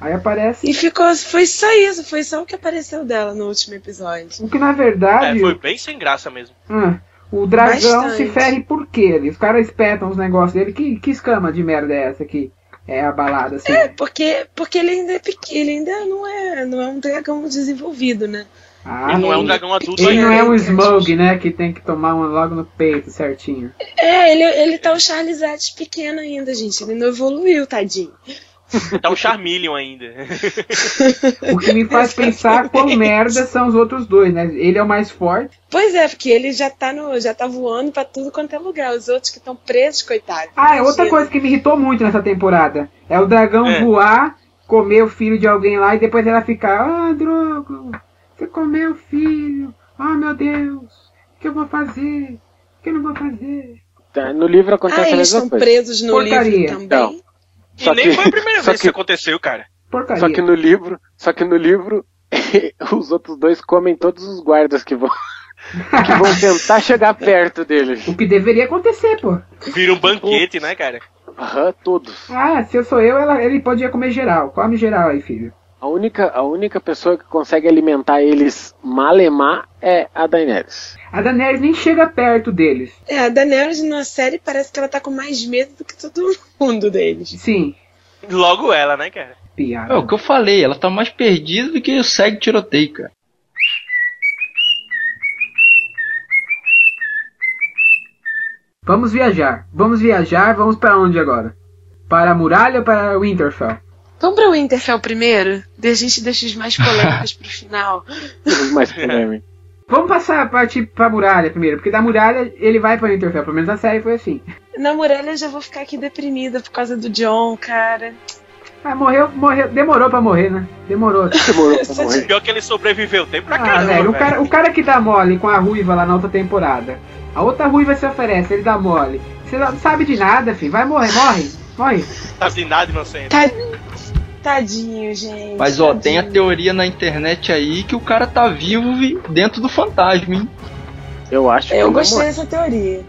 Speaker 2: Aí aparece.
Speaker 4: E ficou. Foi só isso, foi só o que apareceu dela no último episódio.
Speaker 2: O que na
Speaker 1: É,
Speaker 2: verdade.
Speaker 1: foi bem sem graça mesmo.
Speaker 2: ah, o dragão
Speaker 4: Bastante.
Speaker 2: se fere por quê? ali? Os caras espetam os negócios dele. Que, que escama de merda é essa que é abalada assim?
Speaker 4: É, porque, porque ele ainda é pequeno, ele ainda não é, não é um dragão desenvolvido, né?
Speaker 2: Ah,
Speaker 1: Ele não é um
Speaker 4: ele-
Speaker 1: dragão adulto
Speaker 2: Ele
Speaker 1: ainda.
Speaker 2: não é um smog, né? Que tem que tomar um logo no peito certinho.
Speaker 4: É, ele, ele tá o Charles pequeno ainda, gente. Ele não evoluiu, tadinho.
Speaker 1: Tá um Charmeleon ainda.
Speaker 2: O que me faz pensar quão merda são os outros dois, né? Ele é o mais forte.
Speaker 4: Pois é, porque ele já tá, no, já tá voando pra tudo quanto é lugar. Os outros que estão presos, coitados.
Speaker 2: Ah, é outra
Speaker 4: Imagina.
Speaker 2: coisa que me irritou muito nessa temporada. É o dragão
Speaker 1: É.
Speaker 2: voar, comer o filho de alguém lá e depois ela ficar, ah, Drogo, você comeu o filho. Ah, meu Deus, o que eu vou fazer? O que eu não vou fazer?
Speaker 3: Tá, No livro
Speaker 4: Ah,
Speaker 3: acontece a
Speaker 4: eles
Speaker 3: mesma
Speaker 4: estão
Speaker 3: coisa.
Speaker 4: presos no
Speaker 2: Porcaria.
Speaker 4: livro também.
Speaker 3: Não.
Speaker 1: E
Speaker 3: Só
Speaker 1: nem
Speaker 3: que-
Speaker 1: foi a primeira vez
Speaker 3: só
Speaker 1: que isso
Speaker 3: que-
Speaker 1: aconteceu, cara.
Speaker 2: Porcaria.
Speaker 3: Só que no livro, só que no livro os outros dois comem todos os guardas que vão que vão tentar chegar perto deles.
Speaker 2: O que deveria acontecer, pô.
Speaker 1: Vira um banquete, né, cara?
Speaker 3: Aham, todos.
Speaker 2: Ah, se eu sou eu, ela- ele podia comer geral. Come geral aí, filho.
Speaker 3: A única, a única pessoa que consegue alimentar eles malemar é a Daenerys.
Speaker 2: A Daenerys nem chega perto deles.
Speaker 4: É, a Daenerys na série parece que ela tá com mais medo do que todo mundo deles.
Speaker 2: Sim,
Speaker 1: Logo ela, né, cara?
Speaker 5: É
Speaker 2: piada.
Speaker 5: o que eu falei, ela tá mais perdida do que o segue tiroteio, cara.
Speaker 2: Vamos viajar. Vamos viajar. Vamos para onde agora? Para a muralha ou para Winterfell?
Speaker 4: Vamos pra Winterfell primeiro? Daí A gente deixa os mais polêmicos pro final.
Speaker 3: Temos mais polêmica.
Speaker 2: Vamos passar a parte pra muralha primeiro, porque da muralha ele vai pra Winterfell. Pelo menos a série foi assim.
Speaker 4: Na muralha eu já vou ficar aqui deprimida por causa do John, cara.
Speaker 2: Ah, morreu, morreu. Demorou pra morrer, né? Demorou.
Speaker 3: Demorou pra morrer.
Speaker 1: Pior que ele sobreviveu, tem pra
Speaker 2: Ah,
Speaker 1: caramba.
Speaker 2: velho, o
Speaker 1: velho.
Speaker 2: cara, o cara que dá mole com a ruiva lá na outra temporada. A outra ruiva se oferece, ele dá mole. Você não sabe de nada, filho. Vai morrer, morre, morre.
Speaker 1: Tá de nada inocente.
Speaker 4: Tá- Tadinho, gente.
Speaker 5: Mas ó, tem a
Speaker 4: tadinho.
Speaker 5: teoria na internet aí que o cara tá vivo vi- dentro do fantasma, hein?
Speaker 3: Eu acho que
Speaker 4: É, Eu
Speaker 3: ele vai
Speaker 5: é.
Speaker 4: gostei
Speaker 3: morrer.
Speaker 4: dessa teoria.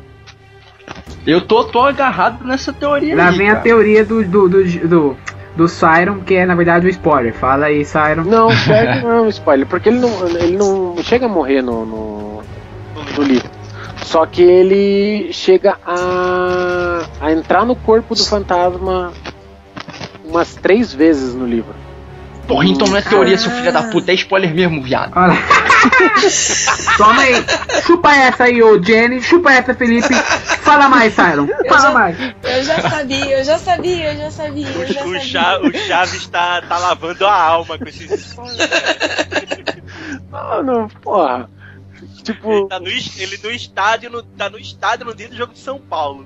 Speaker 5: Eu tô, tô agarrado nessa teoria
Speaker 2: Lá
Speaker 5: aí.
Speaker 2: vem a
Speaker 5: cara.
Speaker 2: teoria do, do, do, do, do Siren, que é na verdade o spoiler. Fala aí, Siren.
Speaker 3: Não, pior que não é um spoiler, porque ele não, ele não chega a morrer no, no, no livro. Só que ele chega a, a entrar no corpo do fantasma umas três vezes no livro.
Speaker 5: Porra, então não é teoria,
Speaker 4: Ah.
Speaker 5: seu filho da puta, é spoiler mesmo, viado.
Speaker 2: Olha lá. Toma aí. Chupa essa aí, ô Jenny. Chupa essa, Felipe. Fala mais, Siren. Fala mais.
Speaker 4: Eu já sabia, eu já sabia, eu já sabia, eu já
Speaker 1: O,
Speaker 4: sabia.
Speaker 1: Cha- o Chaves tá, tá lavando a alma com esses.
Speaker 3: Ah, não, porra.
Speaker 1: Ele
Speaker 3: Tipo,
Speaker 1: tá no, es- ele no estádio, no, tá no estádio no dia do jogo de São Paulo.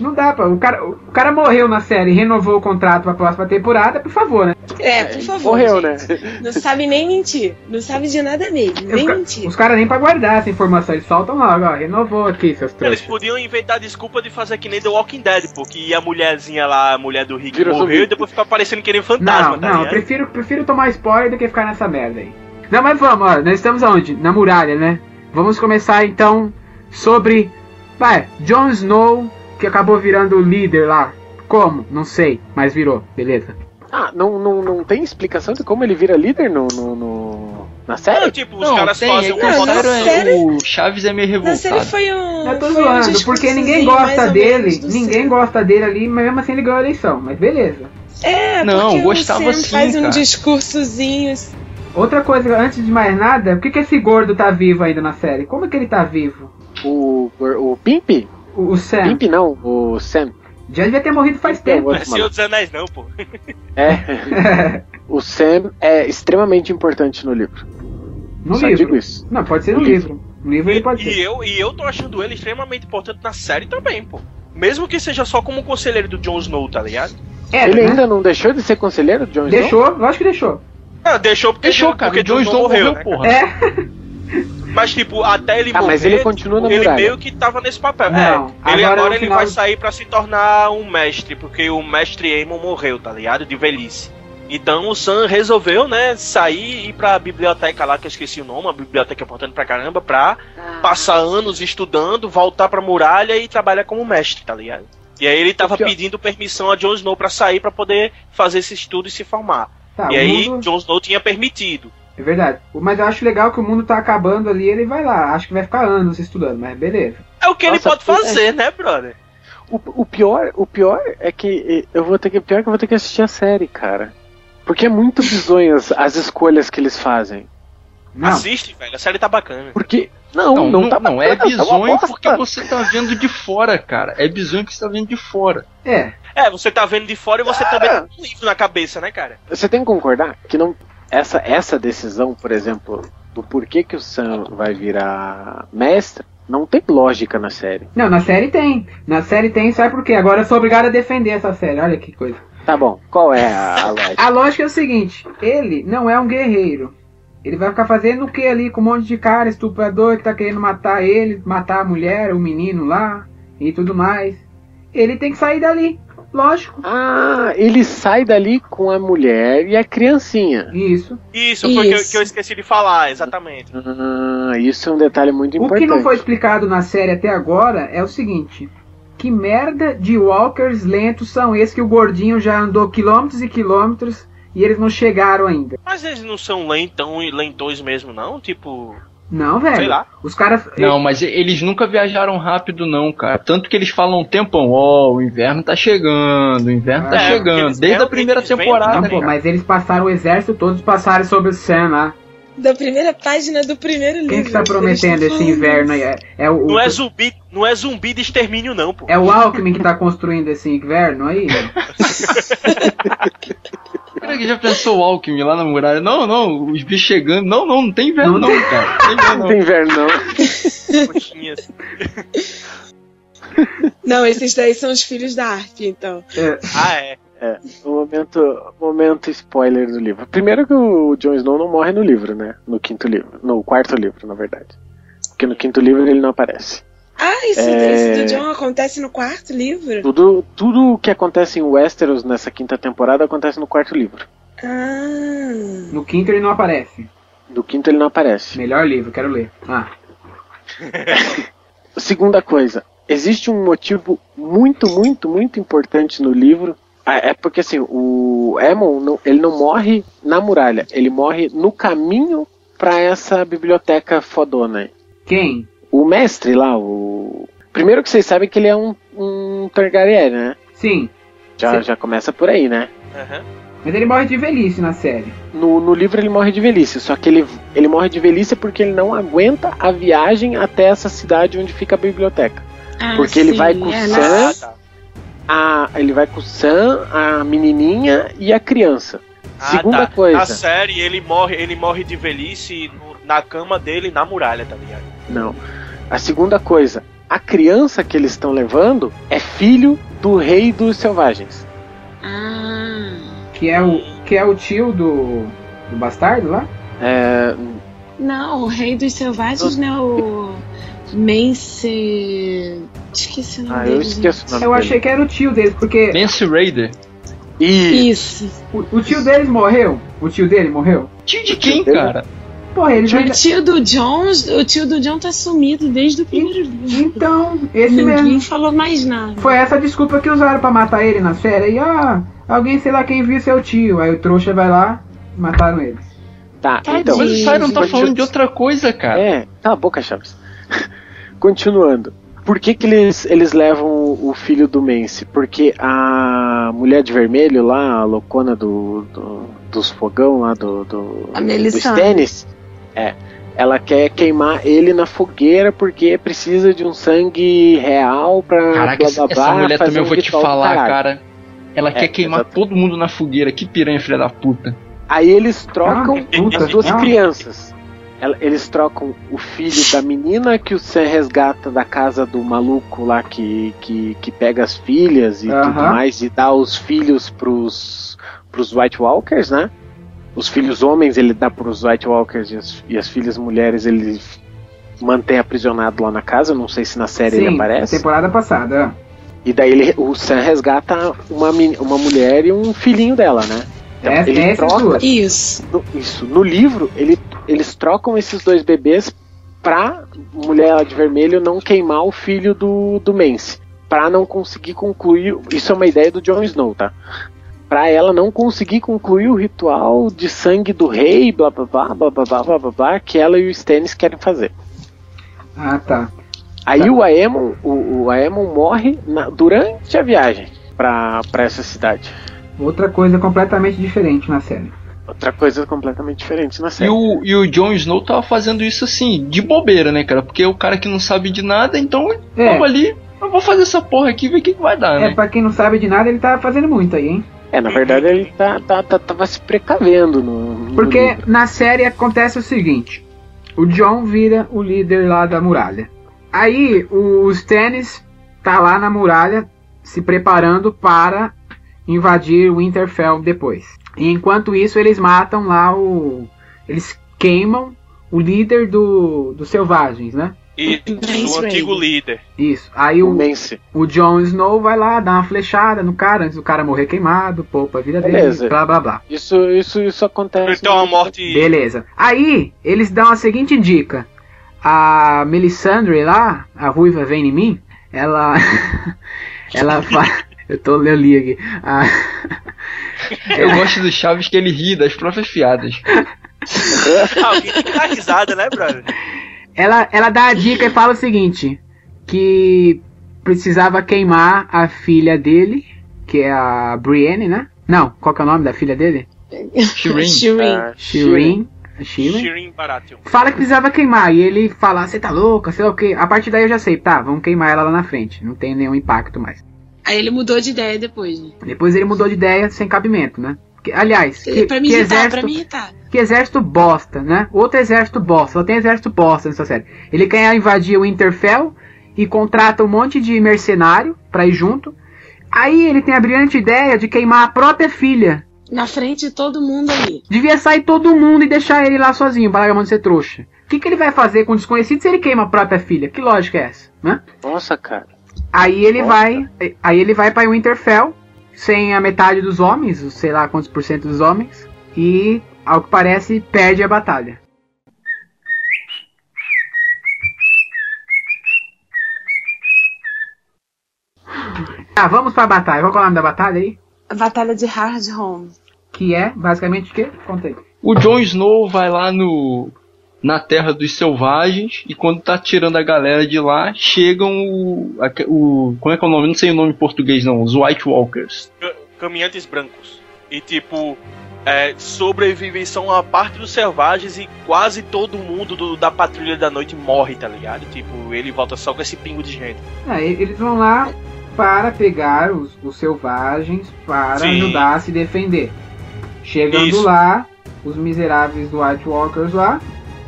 Speaker 2: Não dá, pô. O cara, o cara morreu na série, renovou o contrato pra próxima temporada, por favor, né?
Speaker 4: É, por favor.
Speaker 3: morreu,
Speaker 4: gente.
Speaker 3: né?
Speaker 4: Não sabe nem mentir. Não sabe de nada mesmo.
Speaker 2: Os
Speaker 4: Nem
Speaker 2: ca-
Speaker 4: mentir.
Speaker 2: Os caras nem pra guardar essa informação, eles soltam logo, ó. Renovou aqui, seus
Speaker 1: Eles
Speaker 2: trouxas.
Speaker 1: podiam inventar desculpa de fazer que nem The Walking Dead, pô, que a mulherzinha lá, a mulher do Rick
Speaker 3: Virou
Speaker 1: morreu
Speaker 3: zumbi.
Speaker 1: e depois ficou parecendo que ele é um fantasma,
Speaker 2: Não,
Speaker 1: tá
Speaker 2: não, eu
Speaker 1: ligado?
Speaker 2: prefiro, prefiro tomar spoiler do que ficar nessa merda aí. Não, mas vamos, ó, nós estamos aonde? Na muralha, né? Vamos começar então sobre. Vai, Jon Snow, que acabou virando o líder lá. Como? Não sei, mas virou, beleza.
Speaker 3: Ah, não, não, não tem explicação de como ele vira líder no, no, no- na
Speaker 1: Não,
Speaker 3: sério?
Speaker 1: tipo, os
Speaker 5: Não,
Speaker 1: caras
Speaker 5: tem,
Speaker 1: fazem
Speaker 5: é que
Speaker 1: um
Speaker 5: o
Speaker 4: não,
Speaker 1: voto-
Speaker 5: cara é-
Speaker 4: série-
Speaker 5: o Chaves é meio
Speaker 4: Na série
Speaker 5: revoltado.
Speaker 4: foi um.
Speaker 2: Eu tô
Speaker 4: foi um
Speaker 2: zoando, porque ninguém
Speaker 4: discursozinho mais
Speaker 2: gosta
Speaker 4: ou
Speaker 2: dele,
Speaker 4: menos do
Speaker 2: ninguém
Speaker 4: Sam.
Speaker 2: gosta dele ali, mas mesmo assim ele ganhou a eleição, mas beleza.
Speaker 4: É,
Speaker 5: Não,
Speaker 4: porque
Speaker 5: gostava
Speaker 4: o Sam
Speaker 5: sim,
Speaker 4: faz um
Speaker 5: cara.
Speaker 4: discursozinho. assim.
Speaker 2: Outra coisa, antes de mais nada, por que, que esse gordo tá vivo ainda na série? Como que ele tá vivo?
Speaker 3: O, o Pimp?
Speaker 2: O, o Sam.
Speaker 3: Pimp não, o Sam.
Speaker 2: Já devia ter morrido faz
Speaker 3: Pimp é
Speaker 1: Não
Speaker 2: tempo.
Speaker 3: o
Speaker 1: é
Speaker 3: outro
Speaker 1: Senhor
Speaker 3: maluco.
Speaker 1: dos Anéis, não, pô.
Speaker 3: É, o Sam é extremamente importante no livro.
Speaker 2: No
Speaker 3: Só
Speaker 2: livro.
Speaker 3: digo isso.
Speaker 2: Não, pode ser no
Speaker 3: No
Speaker 2: livro. No livro ele pode
Speaker 1: E
Speaker 2: ser.
Speaker 1: eu, e eu tô achando ele extremamente importante na série também, pô. Mesmo que seja só como um conselheiro do Jon Snow, tá ligado?
Speaker 2: Era,
Speaker 3: ele
Speaker 2: né?
Speaker 3: ainda não deixou de ser conselheiro do Jon Snow?
Speaker 2: Deixou, lógico que deixou.
Speaker 1: Ah, deixou porque,
Speaker 5: Fechou, cara,
Speaker 1: porque
Speaker 5: o Jon Snow morreu,
Speaker 1: né?
Speaker 5: porra.
Speaker 2: É.
Speaker 1: Mas, tipo, até ele
Speaker 3: Ah,
Speaker 1: morrer,
Speaker 3: mas ele continua na
Speaker 1: ele
Speaker 3: muralha.
Speaker 1: meio que tava nesse papel.
Speaker 2: Não,
Speaker 1: é, ele
Speaker 2: agora
Speaker 1: agora,
Speaker 2: no
Speaker 1: ele
Speaker 2: final-
Speaker 1: vai sair pra se tornar um mestre, porque o mestre Aemon morreu, tá ligado? De velhice. Então o Sam resolveu, né, sair e ir pra biblioteca lá, que eu esqueci o nome, a biblioteca importante pra caramba, pra passar anos estudando, voltar pra muralha e trabalhar como mestre, tá ligado? E aí ele tava
Speaker 3: Porque, ó-
Speaker 1: pedindo permissão a Jon Snow pra sair pra poder fazer esse estudo e se formar.
Speaker 2: Tá,
Speaker 1: e
Speaker 2: o
Speaker 1: aí
Speaker 2: mundo.
Speaker 1: Jon Snow tinha permitido.
Speaker 2: É verdade. Mas eu acho legal que o mundo tá acabando ali, ele vai lá. Acho que vai ficar anos estudando, mas beleza.
Speaker 1: É o que ele
Speaker 3: Nossa,
Speaker 1: pode
Speaker 3: puta-
Speaker 1: fazer, né, brother?
Speaker 3: O, o pior, o pior é que eu vou ter que, pior é que eu vou ter que assistir a série, cara. Porque é muito bizonho as, as escolhas que eles fazem.
Speaker 2: Não.
Speaker 1: Assiste, velho. A série tá bacana.
Speaker 3: Porque não,
Speaker 5: Não,
Speaker 3: não,
Speaker 5: não,
Speaker 3: tá
Speaker 5: não, é
Speaker 3: bacana, tá uma
Speaker 5: bizonho
Speaker 3: bosta.
Speaker 5: porque você tá vendo de fora, cara. É bizonho porque você tá vendo de fora.
Speaker 2: É.
Speaker 1: É, você tá vendo de fora e você também tá com um livro na cabeça, né, cara?
Speaker 3: Você tem que concordar que não essa essa decisão, por exemplo, do porquê que o Sam vai virar mestre, não tem lógica na série.
Speaker 2: Não, na série tem. Na série tem, sabe por quê? Agora eu sou obrigado a defender essa série. Olha que coisa.
Speaker 3: Tá bom, qual é a, a lógica?
Speaker 2: A lógica é o seguinte: ele não é um guerreiro. Ele vai ficar fazendo o que ali com um monte de cara estuprador que tá querendo matar ele, matar a mulher, o menino lá e tudo mais. Ele tem que sair dali, lógico.
Speaker 3: Ah, ele sai dali com a mulher e a criancinha.
Speaker 2: Isso.
Speaker 1: Isso, foi o que eu-
Speaker 4: Isso.
Speaker 1: que eu esqueci de falar, exatamente.
Speaker 3: Ah, isso é um detalhe muito
Speaker 2: O
Speaker 3: importante.
Speaker 2: que não foi explicado na série até agora é o seguinte: que merda de walkers lentos são esses que o gordinho já andou quilômetros e quilômetros e eles não chegaram ainda?
Speaker 1: Mas eles não são lentão e lentões mesmo, não? Tipo,
Speaker 2: Não, velho.
Speaker 1: sei lá.
Speaker 2: Os caras.
Speaker 5: Não, mas e- eles nunca viajaram rápido, não, cara. Tanto que eles falam um tempão, ó, o inverno tá chegando, o inverno tá
Speaker 2: É,
Speaker 5: chegando.
Speaker 1: eles
Speaker 5: Desde a
Speaker 1: vêm-
Speaker 2: né,
Speaker 5: primeira
Speaker 1: eles vêm-
Speaker 5: temporada,
Speaker 2: Não, Ah, pô,
Speaker 5: cara.
Speaker 2: mas eles passaram o exército todos passaram sobre o Sam lá.
Speaker 4: Da primeira página do primeiro livro.
Speaker 2: Quem que tá prometendo esse inverno aí? É, é o,
Speaker 1: Não
Speaker 2: o-
Speaker 1: é zumbi, não é zumbi de extermínio, não, pô.
Speaker 2: é o Alckmin que tá construindo esse inverno aí?
Speaker 5: Cara, que já pensou o Alckmin lá na muralha? Não, não, os bichos chegando. Não, não, não tem inverno
Speaker 2: Não
Speaker 5: não, cara. Não tem inverno
Speaker 3: Não
Speaker 5: não.
Speaker 3: tem inverno, não.
Speaker 1: Coxinha.
Speaker 4: Não, esses daí são os filhos da arte, então.
Speaker 2: É,
Speaker 1: Ah, é.
Speaker 3: O Um momento, momento spoiler do livro. Primeiro que o Jon Snow não morre no livro, né? No quinto livro. No quarto livro, na verdade. Porque no quinto livro ele não aparece.
Speaker 4: Ah, isso,
Speaker 3: É.
Speaker 4: isso do John acontece no quarto livro?
Speaker 3: Tudo, tudo o que acontece em Westeros nessa quinta temporada acontece no quarto livro.
Speaker 4: Ah.
Speaker 2: no quinto ele não aparece.
Speaker 3: No quinto ele não aparece.
Speaker 2: Melhor livro, quero ler. Ah,
Speaker 3: Segunda coisa, existe um motivo muito, muito, muito importante no livro. Ah, É porque assim, o Emon não- ele não morre na muralha, ele morre no caminho pra essa biblioteca fodona. aí.
Speaker 2: quem?
Speaker 3: O mestre lá, o. Primeiro que vocês sabem que ele é um, um Targaryen, né?
Speaker 2: Sim,
Speaker 3: Já,
Speaker 2: Sim.
Speaker 3: já começa por aí, né?
Speaker 1: Aham.
Speaker 2: mas ele morre de velhice na série.
Speaker 3: No, no livro ele morre de velhice, só que ele, ele morre de velhice porque ele não aguenta a viagem até essa cidade onde fica a biblioteca.
Speaker 4: Ah,
Speaker 3: Porque ele
Speaker 4: sim,
Speaker 3: vai com
Speaker 4: é,
Speaker 3: sangue.
Speaker 4: nossa.
Speaker 1: Ah,
Speaker 3: Hã?
Speaker 1: tá.
Speaker 3: a- ele vai com o Sam, a menininha e a criança.
Speaker 1: Ah, tá.
Speaker 3: Segunda coisa.
Speaker 1: Na série, ele morre, ele morre de velhice no- na cama dele, na muralha, tá ligado?
Speaker 3: Não. A segunda coisa, a criança que eles estão levando é filho do rei dos selvagens.
Speaker 4: Ah.
Speaker 2: Que é o, que é o tio do, do bastardo lá?
Speaker 3: É,
Speaker 4: Não, o Rei dos Selvagens, né? O. Mence. Esqueci o nome
Speaker 3: ah,
Speaker 4: dele.
Speaker 3: eu esqueço o nome
Speaker 2: Eu
Speaker 3: dele.
Speaker 2: achei que era o tio deles, porque
Speaker 5: Mance Raider.
Speaker 3: Ih,
Speaker 4: né? Isso.
Speaker 2: o, o tio deles morreu. O tio dele morreu?
Speaker 5: Tio de quem,
Speaker 3: Entendeu?
Speaker 5: cara?
Speaker 2: Porra, eles
Speaker 4: O
Speaker 2: ainda...
Speaker 4: tio do John, o tio do John tá sumido desde o primeiro livro.
Speaker 2: Então, esse
Speaker 4: Ninguém
Speaker 2: mesmo.
Speaker 4: falou mais nada.
Speaker 2: Foi essa desculpa que usaram pra matar ele na série. E ah, alguém sei lá quem viu seu tio. Aí o trouxa vai lá, mataram ele.
Speaker 3: tá, então.
Speaker 4: Tadinho.
Speaker 5: Mas o Siren tá
Speaker 3: Continu-
Speaker 5: falando de outra coisa, cara.
Speaker 3: É, cala a boca, Chaves. Continuando. Por que, que eles, eles levam o o filho do Mance? Porque a mulher de vermelho lá, a loucona do, do- dos fogão lá do, do,
Speaker 4: A
Speaker 3: do
Speaker 4: Melisandre.
Speaker 3: Stannis, é, ela quer queimar ele na fogueira porque precisa de um sangue real pra.
Speaker 5: Caraca,
Speaker 3: blá,
Speaker 5: essa,
Speaker 3: blá, blá,
Speaker 5: essa mulher
Speaker 3: fazer
Speaker 5: também eu
Speaker 3: um
Speaker 5: vou te
Speaker 3: ritual do
Speaker 5: falar,
Speaker 3: caralho.
Speaker 5: cara. Ela
Speaker 3: É,
Speaker 5: quer queimar
Speaker 3: exato.
Speaker 5: todo mundo na fogueira. Que piranha, filha da puta.
Speaker 3: Aí eles trocam
Speaker 2: Ah, puta,
Speaker 3: as um duas
Speaker 2: não.
Speaker 3: crianças. Ela- Eles trocam o filho da menina que o Sam resgata da casa do maluco lá que, que, que pega as filhas e tudo
Speaker 2: Aham.
Speaker 3: mais e dá os filhos pros, pros White Walkers, né? Os filhos homens ele dá pros White Walkers e as, e as filhas mulheres ele f- mantém aprisionado lá na casa. Não sei se na série ele
Speaker 2: Sim, na
Speaker 3: aparece.
Speaker 2: temporada passada.
Speaker 3: E daí ele, o Sam resgata uma, meni- uma mulher e um filhinho dela, né? Então,
Speaker 2: Essa-
Speaker 3: ele
Speaker 2: essas
Speaker 3: troca
Speaker 2: duas.
Speaker 4: Isso.
Speaker 3: no- isso, no livro, ele- eles trocam esses dois bebês pra mulher lá de vermelho não queimar o filho do, do Mance. Pra não conseguir concluir. Isso é uma ideia do Jon Snow, tá? Pra ela não conseguir concluir o ritual de sangue do rei, blá blá blá blá blá blá blá blá, blá que ela e o Stannis querem fazer.
Speaker 2: Ah, tá.
Speaker 3: Aí o Aemon, o, o Aemon morre na- durante a viagem pra, pra essa cidade.
Speaker 2: Outra coisa completamente diferente na série.
Speaker 3: Outra coisa completamente diferente na
Speaker 5: E
Speaker 3: série.
Speaker 5: o, e o Jon Snow tava fazendo isso assim, de bobeira, né, cara? Porque é o cara que não sabe de nada, então
Speaker 2: É,
Speaker 5: vamos ali, eu vou fazer essa porra aqui e ver o que, que vai dar,
Speaker 2: é,
Speaker 5: né?
Speaker 2: pra quem não sabe de nada, ele tá fazendo muito aí, hein?
Speaker 3: É, na verdade ele tá, tá, tá- tava se precavendo no. no
Speaker 2: Porque
Speaker 3: livro.
Speaker 2: na série acontece o seguinte: o John vira o líder lá da muralha. Aí o Stannis tá lá na muralha se preparando para invadir o Winterfell depois. E enquanto isso eles matam lá o, eles queimam o líder do dos selvagens, né?
Speaker 1: E
Speaker 4: Mace
Speaker 1: o antigo
Speaker 4: Raider.
Speaker 1: líder.
Speaker 2: Isso. Aí
Speaker 3: o
Speaker 2: o,
Speaker 3: Mance.
Speaker 2: o Jon Snow vai lá dar uma flechada no cara antes do cara morrer queimado, poupa a vida dele,
Speaker 3: Beleza.
Speaker 2: blá blá blá.
Speaker 3: Isso, isso, É isso acontece.
Speaker 1: Então a morte.
Speaker 2: Beleza. Aí, eles dão a seguinte dica. A Melisandre lá, a ruiva vem em mim, ela. ela fala. Eu tô eu li aqui. A,
Speaker 5: Eu gosto do Chaves que ele ri das próprias piadas.
Speaker 1: Alguém tem que dar risada, né, brother?
Speaker 2: ela, ela dá a dica e fala o seguinte: que precisava queimar a filha dele, que é a Brienne, né? Não, qual que é o nome da filha dele?
Speaker 5: Shirin.
Speaker 4: Shireen.
Speaker 3: Ah,
Speaker 2: Shireen. Shirley.
Speaker 1: Shirin Baratheon.
Speaker 2: Fala que precisava queimar. E ele fala, você tá louca, sei lá o quê. A partir daí eu já sei, tá, vamos queimar ela lá na frente. Não tem nenhum impacto mais.
Speaker 4: Aí ele mudou de ideia depois, né?
Speaker 2: Depois ele mudou de ideia sem cabimento, né? Que- aliás, que,
Speaker 4: pra me
Speaker 2: que
Speaker 4: irritar,
Speaker 2: exército,
Speaker 4: pra me irritar.
Speaker 2: que exército bosta, né? Outro exército bosta. Só tem exército bosta nessa série. Ele quer invadir o Interfell e contrata um monte de mercenário pra ir junto. Aí ele tem a brilhante ideia de queimar a própria filha.
Speaker 4: Na frente de todo mundo ali.
Speaker 2: Devia sair todo mundo e deixar ele lá sozinho, para largar a mão de ser trouxa. O que, que ele vai fazer com o desconhecido se ele queima a própria filha? Que lógica é essa, né?
Speaker 3: Nossa, cara.
Speaker 2: Aí ele
Speaker 3: Nossa.
Speaker 2: vai, aí ele vai para Winterfell sem a metade dos homens, os sei lá quantos por cento dos homens, e ao que parece perde a batalha. Tá, vamos pra batalha. Qual que é o nome da batalha aí?
Speaker 4: A batalha de Hard Home.
Speaker 2: Que é basicamente o quê? Conta aí.
Speaker 5: O Jon Snow vai lá no na terra dos selvagens e quando tá tirando a galera de lá, chegam o, aque- o como é que é o nome? Não sei o nome em português não, os White Walkers.
Speaker 1: Caminhantes brancos. E tipo, é, sobrevivem são a parte dos selvagens e quase todo mundo do- da patrulha da noite morre, tá ligado? Tipo, ele volta só com esse pingo de gente.
Speaker 2: Ah, e- eles vão lá para pegar os, os selvagens para
Speaker 1: Sim.
Speaker 2: ajudar a se defender. Chegando
Speaker 1: Isso.
Speaker 2: lá, os miseráveis do White Walkers lá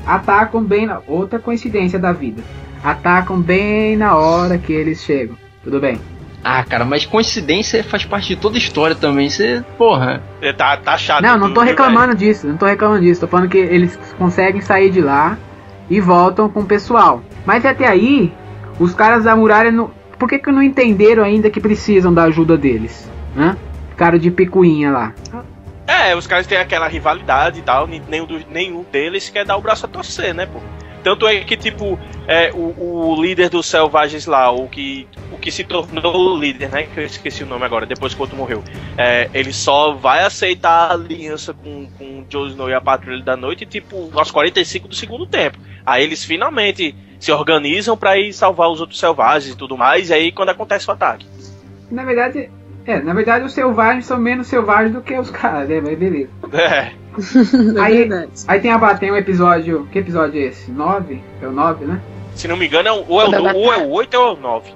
Speaker 2: atacam bem na outra coincidência da vida. Atacam bem na hora que eles chegam. Tudo bem.
Speaker 5: Ah, cara, mas coincidência faz parte de toda a história também. Você, porra,
Speaker 1: É, Tá, tá
Speaker 5: Ah,
Speaker 1: chato.
Speaker 2: Não, não
Speaker 1: tudo,
Speaker 2: tô
Speaker 1: né, velho?
Speaker 2: reclamando disso, não tô reclamando disso. Tô falando que eles conseguem sair de lá e voltam com o pessoal. Mas até aí, os caras da muralha não. Por que, que não entenderam ainda que precisam da ajuda deles? Né? Cara de picuinha lá.
Speaker 1: É, os caras têm aquela rivalidade e tal, ni- nenhum, dos- nenhum deles quer dar o braço a torcer, né, pô? Tanto é que, tipo, é, o, o líder dos selvagens lá, o que, o que se tornou o líder, né? Que eu esqueci o nome agora, depois que o outro morreu. É, ele só vai aceitar a aliança com, com o Jon Snow e a Patrulha da Noite, tipo, aos 45 do segundo tempo. Aí eles finalmente se organizam pra ir salvar os outros selvagens e tudo mais, e aí quando acontece o ataque.
Speaker 2: Na verdade, é, na verdade os selvagens são menos selvagens do que os caras, né? Mas beleza.
Speaker 1: É,
Speaker 4: Na
Speaker 2: Aí-
Speaker 4: verdade.
Speaker 2: Aí tem, a, ba- tem um episódio. Que episódio é esse? 9? É o 9, né?
Speaker 1: se não me engano, é o- ou é o,
Speaker 4: Da
Speaker 1: do- ou é
Speaker 4: batalha.
Speaker 1: o 8 ou é o 9.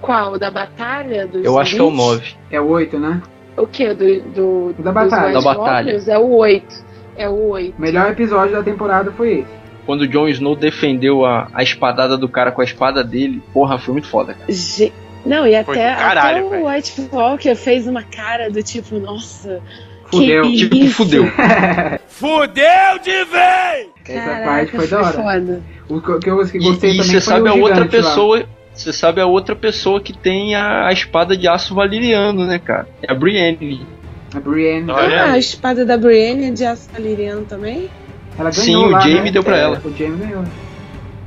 Speaker 4: Qual? Da batalha dos
Speaker 5: eu acho que é o
Speaker 4: Smiths?
Speaker 5: 9.
Speaker 2: É o 8, né?
Speaker 4: O que? Do, do,
Speaker 2: Da batalha.
Speaker 4: dos White
Speaker 5: Da batalha.
Speaker 4: Walkers? É o 8. É o 8.
Speaker 2: O melhor episódio da temporada foi esse.
Speaker 5: Quando o Jon Snow defendeu a, a espadada do cara com a espada dele, porra, foi muito foda, cara.
Speaker 4: Ge- Não, e
Speaker 1: Foi
Speaker 4: até,
Speaker 1: do caralho,
Speaker 4: até
Speaker 1: velho.
Speaker 4: o White Walker fez uma cara do tipo, nossa,
Speaker 2: Fudeu.
Speaker 4: que
Speaker 5: Tipo,
Speaker 4: isso?
Speaker 5: fudeu.
Speaker 1: Fudeu de vez!
Speaker 2: Essa
Speaker 4: Caraca,
Speaker 2: parte foi da hora.
Speaker 4: foda.
Speaker 2: O que, o que eu que
Speaker 5: E,
Speaker 2: gostei
Speaker 5: e
Speaker 2: também foi
Speaker 5: você sabe
Speaker 2: o
Speaker 5: a outra
Speaker 2: gigante lá.
Speaker 5: pessoa. Você sabe a outra pessoa que tem a, a espada de aço valeriano, né, cara? É a Brienne.
Speaker 2: A Brienne.
Speaker 1: Olha
Speaker 4: Ah,
Speaker 1: aí.
Speaker 4: a espada da Brienne é de aço valeriano também?
Speaker 2: Ela ganhou
Speaker 5: Sim, o
Speaker 2: lá,
Speaker 5: Jaime
Speaker 2: né?
Speaker 5: deu pra
Speaker 2: É,
Speaker 5: ela.
Speaker 2: O Jaime ganhou.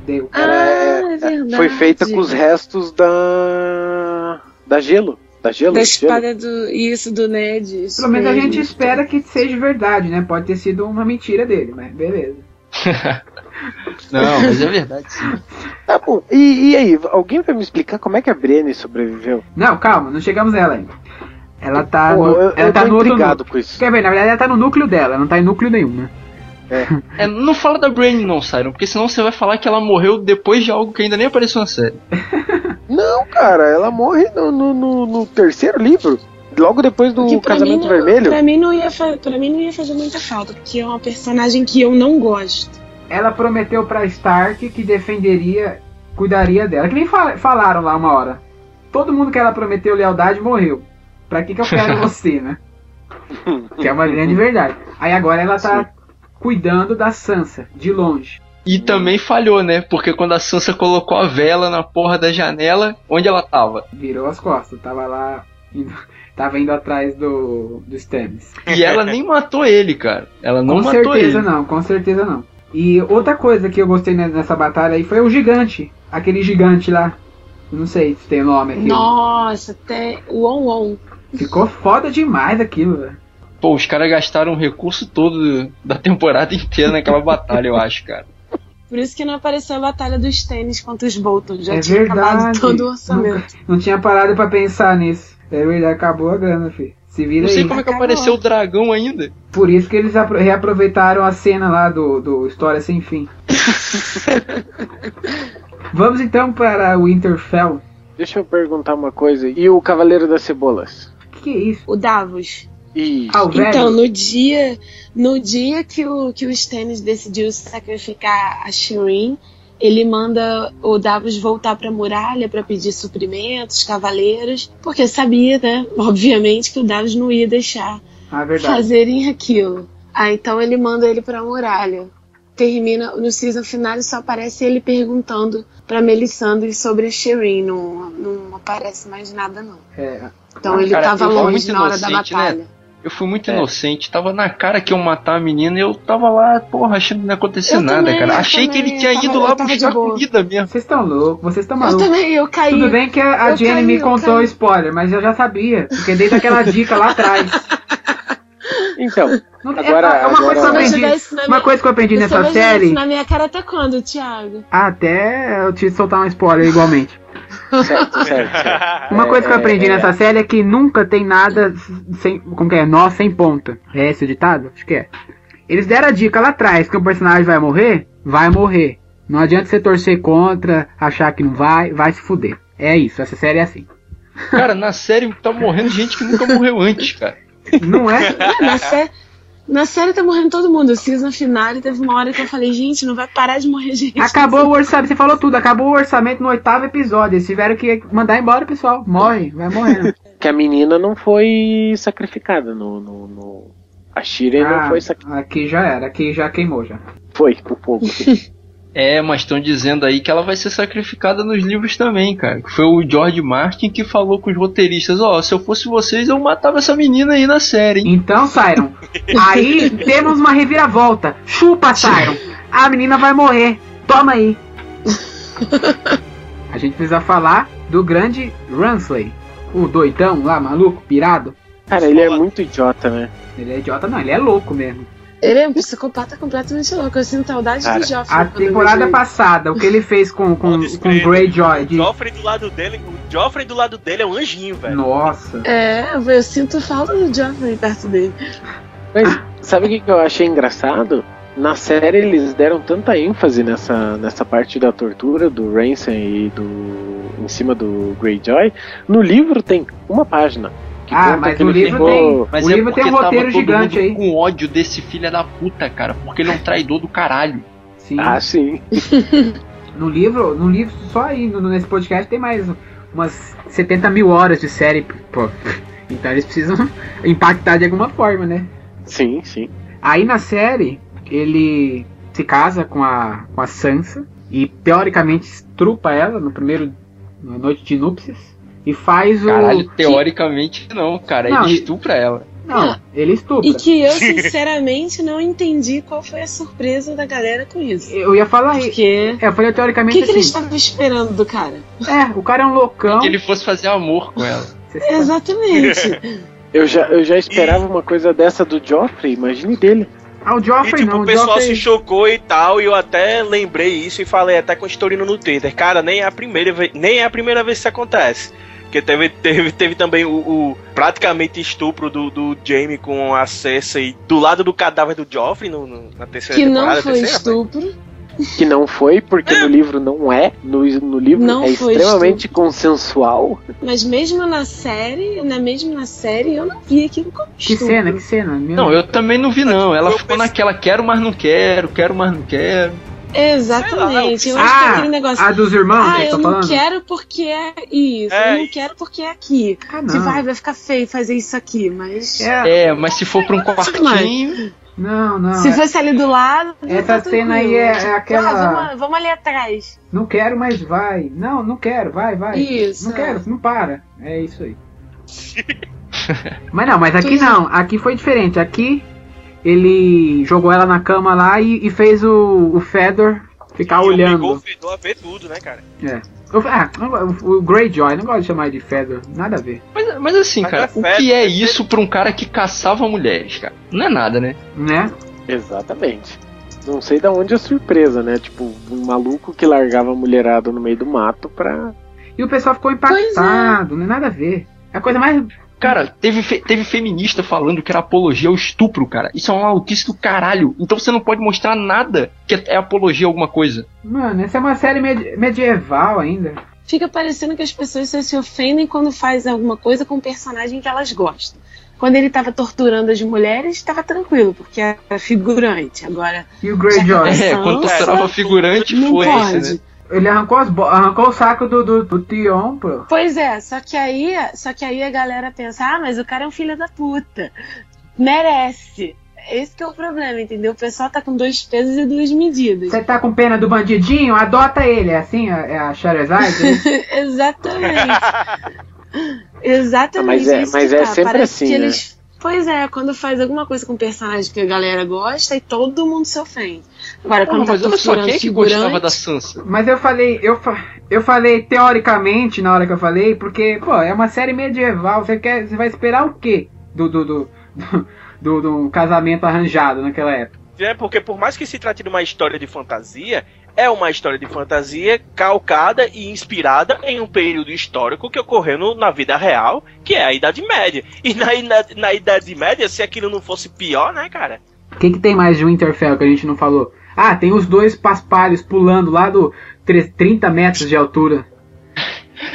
Speaker 2: Deu.
Speaker 4: Ah, é verdade.
Speaker 3: Foi feita com os restos da. da gelo. Da gelo? gelo.
Speaker 4: Da espada do. Isso, do Ned. isso
Speaker 2: Pelo menos a
Speaker 4: mesmo.
Speaker 2: gente espera que seja verdade, né? Pode ter sido uma mentira dele, mas beleza.
Speaker 5: Não, mas é verdade, sim.
Speaker 3: Tá bom. E, e aí, alguém vai me explicar como é que a Brienne sobreviveu?
Speaker 2: Não, calma, não chegamos nela ainda. Ela tá
Speaker 3: Pô,
Speaker 2: no,
Speaker 3: eu,
Speaker 2: ela
Speaker 3: eu
Speaker 2: tá
Speaker 3: tô
Speaker 2: no outro
Speaker 3: intrigado
Speaker 2: núcleo.
Speaker 3: com isso.
Speaker 2: Quer ver, na verdade ela tá no núcleo dela, ela não tá em núcleo nenhum, né?
Speaker 5: É, não fala da Brienne não, Siren, porque senão você vai falar que ela morreu depois de algo que ainda nem apareceu na série.
Speaker 3: Não, cara, ela morre no, no- no- no terceiro livro. Logo depois
Speaker 4: Que
Speaker 3: do
Speaker 4: pra mim
Speaker 3: Casamento
Speaker 4: não- é-
Speaker 3: Vermelho.
Speaker 4: Pra mim, não ia fa- pra mim não ia fazer muita falta, porque é uma personagem que eu não gosto.
Speaker 2: Ela prometeu pra Stark que defenderia, cuidaria dela. Que nem fal- falaram lá uma hora. Todo mundo que ela prometeu lealdade morreu. Pra que que eu quero você, né? Que é uma grande verdade. Aí agora ela tá cuidando da Sansa, de longe.
Speaker 5: E também falhou, né? Porque quando a Sansa colocou a vela na porra da janela, onde ela tava.
Speaker 2: Virou as costas, tava lá. Indo, tava indo atrás do, do Stannis.
Speaker 5: E ela nem matou ele, cara. Ela não
Speaker 2: com
Speaker 5: matou
Speaker 2: certeza
Speaker 5: ele.
Speaker 2: não, com certeza não. E outra coisa que eu gostei ne- nessa batalha aí foi o gigante. Aquele gigante lá. Eu Não sei se tem nome aqui.
Speaker 4: Nossa, até o on-on.
Speaker 2: Ficou foda demais aquilo, velho.
Speaker 5: Pô, os caras gastaram o recurso todo da temporada inteira naquela batalha, eu acho, cara.
Speaker 4: Por isso que não apareceu a batalha dos tênis contra os Bolton. Já
Speaker 2: É
Speaker 4: tinha
Speaker 2: verdade.
Speaker 4: acabado todo o orçamento.
Speaker 2: Não tinha parado pra pensar nisso. É verdade, acabou a grana, filho. Se vira
Speaker 5: Não sei
Speaker 2: aí.
Speaker 5: como é que apareceu o dragão ainda.
Speaker 2: Por isso que eles apro- reaproveitaram a cena lá do, do História Sem Fim. Vamos então para Winterfell.
Speaker 3: Deixa eu perguntar uma coisa. E o Cavaleiro das Cebolas?
Speaker 2: O que, que é isso?
Speaker 4: O Davos.
Speaker 3: E
Speaker 2: Ah, o velho?
Speaker 4: Então, no dia, no dia que o, que o Stannis decidiu sacrificar a Shireen, ele manda o Davos voltar pra muralha pra pedir suprimentos, cavaleiros, porque sabia, né, obviamente, que o Davos não ia deixar
Speaker 2: Ah, verdade.
Speaker 4: fazerem aquilo. Ah, então ele manda ele pra muralha. Termina no season final e só aparece ele perguntando pra Melisandre sobre a Shireen. Não, não aparece mais nada, não.
Speaker 2: É,
Speaker 4: Então
Speaker 5: Ah,
Speaker 4: ele
Speaker 5: cara,
Speaker 4: tava
Speaker 5: eu fui
Speaker 4: longe
Speaker 5: muito
Speaker 4: na hora da
Speaker 5: inocente, né?
Speaker 4: batalha.
Speaker 5: Eu fui
Speaker 4: É.
Speaker 5: muito inocente, tava na cara que iam matar a menina e eu tava lá, porra, achando que não ia acontecer
Speaker 4: Eu
Speaker 5: nada,
Speaker 4: também,
Speaker 5: cara.
Speaker 4: eu
Speaker 5: Achei que ele
Speaker 4: também,
Speaker 5: tinha
Speaker 4: eu
Speaker 5: ido
Speaker 4: tava-
Speaker 5: lá
Speaker 4: eu tava de
Speaker 5: buscar
Speaker 4: boa.
Speaker 5: comida mesmo.
Speaker 2: vocês estão loucos, vocês estão
Speaker 4: Eu
Speaker 2: malucos.
Speaker 4: também, eu caí.
Speaker 2: Tudo bem que a
Speaker 4: Eu
Speaker 2: Jenny
Speaker 4: caí,
Speaker 2: me
Speaker 4: eu
Speaker 2: contou o
Speaker 4: caí.
Speaker 2: spoiler, mas eu já sabia. Porque desde aquela dica lá atrás.
Speaker 3: então,
Speaker 2: Não- é-
Speaker 3: Agora-
Speaker 2: é, uma coisa que eu
Speaker 3: agora-
Speaker 4: Se eu
Speaker 2: aprendi.
Speaker 4: tivesse na
Speaker 2: Uma
Speaker 4: minha-
Speaker 2: coisa que eu aprendi
Speaker 4: Você
Speaker 2: nessa
Speaker 4: vai jogar
Speaker 2: série,
Speaker 4: isso na minha cara até quando, Thiago?
Speaker 2: até eu te soltar um spoiler igualmente.
Speaker 3: certo, certo, certo.
Speaker 2: Uma
Speaker 3: É,
Speaker 2: coisa que eu aprendi
Speaker 3: é,
Speaker 2: nessa série é que nunca tem nada sem. Como que é? Nó sem ponta. É esse o ditado? Acho que é. Eles deram a dica lá atrás que o personagem vai morrer, vai morrer. Não adianta você torcer contra, achar que não vai, vai se fuder. É isso, essa série é assim.
Speaker 5: Cara, na série tá morrendo gente que nunca morreu antes, cara.
Speaker 2: Não é?
Speaker 4: É, na, sé- na série tá morrendo todo mundo. O season finale teve uma hora que eu falei, gente, não vai parar de morrer gente.
Speaker 2: Acabou o orçamento, você falou tudo, acabou o orçamento no oitavo episódio. Eles tiveram que mandar embora o pessoal. Morre, vai morrendo.
Speaker 3: Que a menina não foi sacrificada no. no, no- A Shirley não
Speaker 2: Ah,
Speaker 3: foi sacrificada.
Speaker 2: aqui já era, aqui já queimou já.
Speaker 3: Foi, por pouco.
Speaker 5: É, mas estão dizendo aí que ela vai ser sacrificada nos livros também, cara. Foi o George Martin que falou com os roteiristas, ó, se eu fosse vocês, eu matava essa menina aí na série, hein?
Speaker 2: Então, Siron, aí temos uma reviravolta. Chupa, Siron. A menina vai morrer. Toma aí. A gente precisa falar do grande Ransley. O doidão lá, maluco, pirado.
Speaker 3: Cara, ele é muito idiota, né?
Speaker 2: Ele é idiota, não, ele é louco mesmo.
Speaker 4: Ele é um psicopata completamente louco. Eu sinto saudade
Speaker 3: Cara,
Speaker 4: do Joffrey.
Speaker 2: A
Speaker 4: quando eu
Speaker 2: temporada
Speaker 4: vejo
Speaker 2: passada, o que ele fez com, com,
Speaker 1: Pode
Speaker 2: com
Speaker 1: crer.
Speaker 2: Greyjoy.
Speaker 1: O
Speaker 2: De...
Speaker 1: Joffrey do lado dele, o Joffrey do lado dele é um anjinho, velho.
Speaker 2: Nossa.
Speaker 4: ele. É, eu- eu sinto falta do Joffrey perto dele.
Speaker 3: Mas sabe o que, que eu achei engraçado? Na série eles deram tanta ênfase nessa, nessa parte da tortura do Ransom e do. em cima do Greyjoy. No livro tem uma página. que
Speaker 2: Ah,
Speaker 3: conta
Speaker 2: mas
Speaker 3: que
Speaker 2: o
Speaker 3: ele
Speaker 2: livro
Speaker 3: ficou-
Speaker 2: tem.
Speaker 5: Mas
Speaker 2: o
Speaker 5: é
Speaker 2: livro tem
Speaker 5: porque
Speaker 2: um roteiro
Speaker 5: tava todo
Speaker 2: gigante
Speaker 5: mundo
Speaker 2: aí.
Speaker 5: com ódio desse filho da puta, cara, porque ele é um traidor do caralho.
Speaker 2: Sim.
Speaker 3: Ah, sim.
Speaker 2: No livro, no livro, só aí, no- nesse podcast tem mais umas 70 mil horas de série. pô. Então eles precisam impactar de alguma forma, né?
Speaker 3: Sim, sim.
Speaker 2: Aí na série, ele se casa com a, com a Sansa e teoricamente estrupa ela no primeiro. na noite de núpcias. E faz o.
Speaker 5: Caralho, teoricamente não, cara,
Speaker 2: Não,
Speaker 5: ele
Speaker 2: e-
Speaker 5: estupra ela.
Speaker 2: Não, ele estupra.
Speaker 4: E que eu, sinceramente, não entendi qual foi a surpresa da galera com isso.
Speaker 2: Eu ia falar aí.
Speaker 4: Porque.
Speaker 2: Eu falei
Speaker 4: O
Speaker 2: teoricamente
Speaker 4: que, que eles
Speaker 2: assim.
Speaker 4: estavam esperando do cara?
Speaker 2: É, o cara é um loucão.
Speaker 5: Que ele fosse fazer amor com ela.
Speaker 4: Exatamente.
Speaker 3: Eu já, eu já esperava uma coisa dessa do Joffrey, imagine dele.
Speaker 2: Ah, o
Speaker 1: E
Speaker 2: Joffrey
Speaker 1: tipo,
Speaker 2: não.
Speaker 1: o pessoal
Speaker 2: Joffrey...
Speaker 1: se chocou e tal, e eu até lembrei isso e falei até com o Storino no Twitter. Cara, nem é a primeira vez, nem é a primeira vez que isso acontece. Porque teve, teve, teve também o, o praticamente estupro do, do Jamie com a Cersei do lado do cadáver do Joffrey no, no- na terceira
Speaker 4: que
Speaker 1: temporada.
Speaker 4: não foi
Speaker 1: terceira, foi?
Speaker 4: estupro.
Speaker 3: Que não foi, porque no livro não é. No, no livro
Speaker 4: Não
Speaker 3: é
Speaker 4: foi
Speaker 3: extremamente consensual.
Speaker 4: Mas mesmo na série, né, mesmo na série, eu não vi aquilo como
Speaker 2: Que
Speaker 4: estupro.
Speaker 2: cena, que cena. Meu
Speaker 5: Não, eu também não vi não. Ela
Speaker 1: Eu
Speaker 5: ficou
Speaker 1: pensei-
Speaker 5: naquela quero, mas não quero, quero, mas não quero.
Speaker 4: Exatamente.
Speaker 1: Sei
Speaker 4: Eu
Speaker 1: lá,
Speaker 4: acho que é
Speaker 2: Ah,
Speaker 4: aquele negócio.
Speaker 2: A dos irmãos,
Speaker 4: Ah,
Speaker 2: que eu
Speaker 4: eu
Speaker 2: tô
Speaker 4: não
Speaker 2: falando?
Speaker 4: quero porque é isso.
Speaker 1: É,
Speaker 4: eu não
Speaker 1: isso.
Speaker 4: quero porque é aqui.
Speaker 2: Ah,
Speaker 4: Se
Speaker 2: não.
Speaker 4: vai, vai ficar feio fazer isso aqui, mas.
Speaker 2: É,
Speaker 5: É, mas se for pra um quartinho,
Speaker 2: não, não.
Speaker 4: Se
Speaker 2: é-
Speaker 4: fosse ali do lado.
Speaker 2: Essa
Speaker 4: tá
Speaker 2: cena aí
Speaker 4: tranquilo.
Speaker 2: é, é
Speaker 4: Ah,
Speaker 2: aquela.
Speaker 4: vamos, vamos ali atrás.
Speaker 2: Não quero, mas vai. Não, não quero, vai, vai.
Speaker 4: Isso.
Speaker 2: Não quero, não para. É isso aí. mas não, mas aqui
Speaker 4: Tudo.
Speaker 2: não. Aqui foi diferente. Aqui ele jogou ela na cama lá e, e fez o, o Fedor ficar
Speaker 1: E
Speaker 2: Tá olhando.
Speaker 1: obrigou o Fedor a ver tudo, né, cara?
Speaker 2: Eu- ah, o o Greyjoy, não gosto de chamar ele de Fedor, nada a ver.
Speaker 5: mas, mas assim,
Speaker 1: Mas
Speaker 5: cara,
Speaker 1: é
Speaker 5: o
Speaker 1: festa,
Speaker 5: que é
Speaker 1: é
Speaker 5: isso pra um cara que caçava mulheres, cara? Não é nada, né?
Speaker 2: Né?
Speaker 3: Exatamente. Não sei da onde a surpresa, né? Tipo, um maluco que largava a mulherada no meio do mato pra.
Speaker 2: E o pessoal ficou né?
Speaker 4: Pois é.
Speaker 2: impactado, não é nada a ver. É a coisa mais
Speaker 5: Cara, teve, fe- teve feminista falando que era apologia ao estupro, cara. Isso é uma maluquice do caralho. Então você não pode mostrar nada que é, é apologia a alguma coisa.
Speaker 2: Mano, essa é uma série medi- medieval ainda.
Speaker 4: Fica parecendo que as pessoas só se ofendem quando fazem alguma coisa com um personagem que elas gostam. Quando ele tava torturando as mulheres, tava tranquilo, porque era figurante. Agora,
Speaker 2: E o Greyjoy?
Speaker 5: É, quando
Speaker 4: Nossa.
Speaker 5: torturava figurante,
Speaker 4: não
Speaker 5: foi
Speaker 4: pode.
Speaker 5: isso, né?
Speaker 2: Ele arrancou, as bo- arrancou o saco do, do, do Tion, pô.
Speaker 4: Pois é, só que aí, só que aí a galera pensa, ah, mas o cara é um filho da puta. Merece. Esse que é o problema, entendeu? O pessoal tá com dois pesos e duas medidas.
Speaker 2: Você tá com pena do bandidinho? Adota ele. É assim a, é a Charizard?
Speaker 4: Exatamente. Exatamente.
Speaker 3: Mas é-
Speaker 4: isso
Speaker 3: mas
Speaker 4: que
Speaker 3: é
Speaker 4: tá.
Speaker 3: sempre
Speaker 4: Parece
Speaker 3: assim,
Speaker 4: que
Speaker 3: né?
Speaker 4: eles- Pois é, quando faz alguma coisa com um personagem que a galera gosta e todo mundo se ofende.
Speaker 5: Porra,
Speaker 4: Agora, quando
Speaker 5: mas
Speaker 4: tá
Speaker 5: olha só,
Speaker 4: torturando
Speaker 5: quem é que
Speaker 4: figurante,
Speaker 5: gostava da Sansa?
Speaker 2: Mas eu falei, eu, fa- eu falei teoricamente na hora que eu falei, porque, pô, é uma série medieval. Você, quer, você vai esperar o quê do, do, do, do, do- do casamento arranjado naquela época?
Speaker 1: né? Porque por mais que se trate de uma história de fantasia, é uma história de fantasia calcada e inspirada em um período histórico que ocorreu no- na vida real, que é a Idade Média. E na, na, na Idade Média, se aquilo não fosse pior, né, cara?
Speaker 2: O que, que tem mais de Winterfell que a gente não falou? Ah, tem os dois paspalhos pulando lá do tre- 30 metros de altura.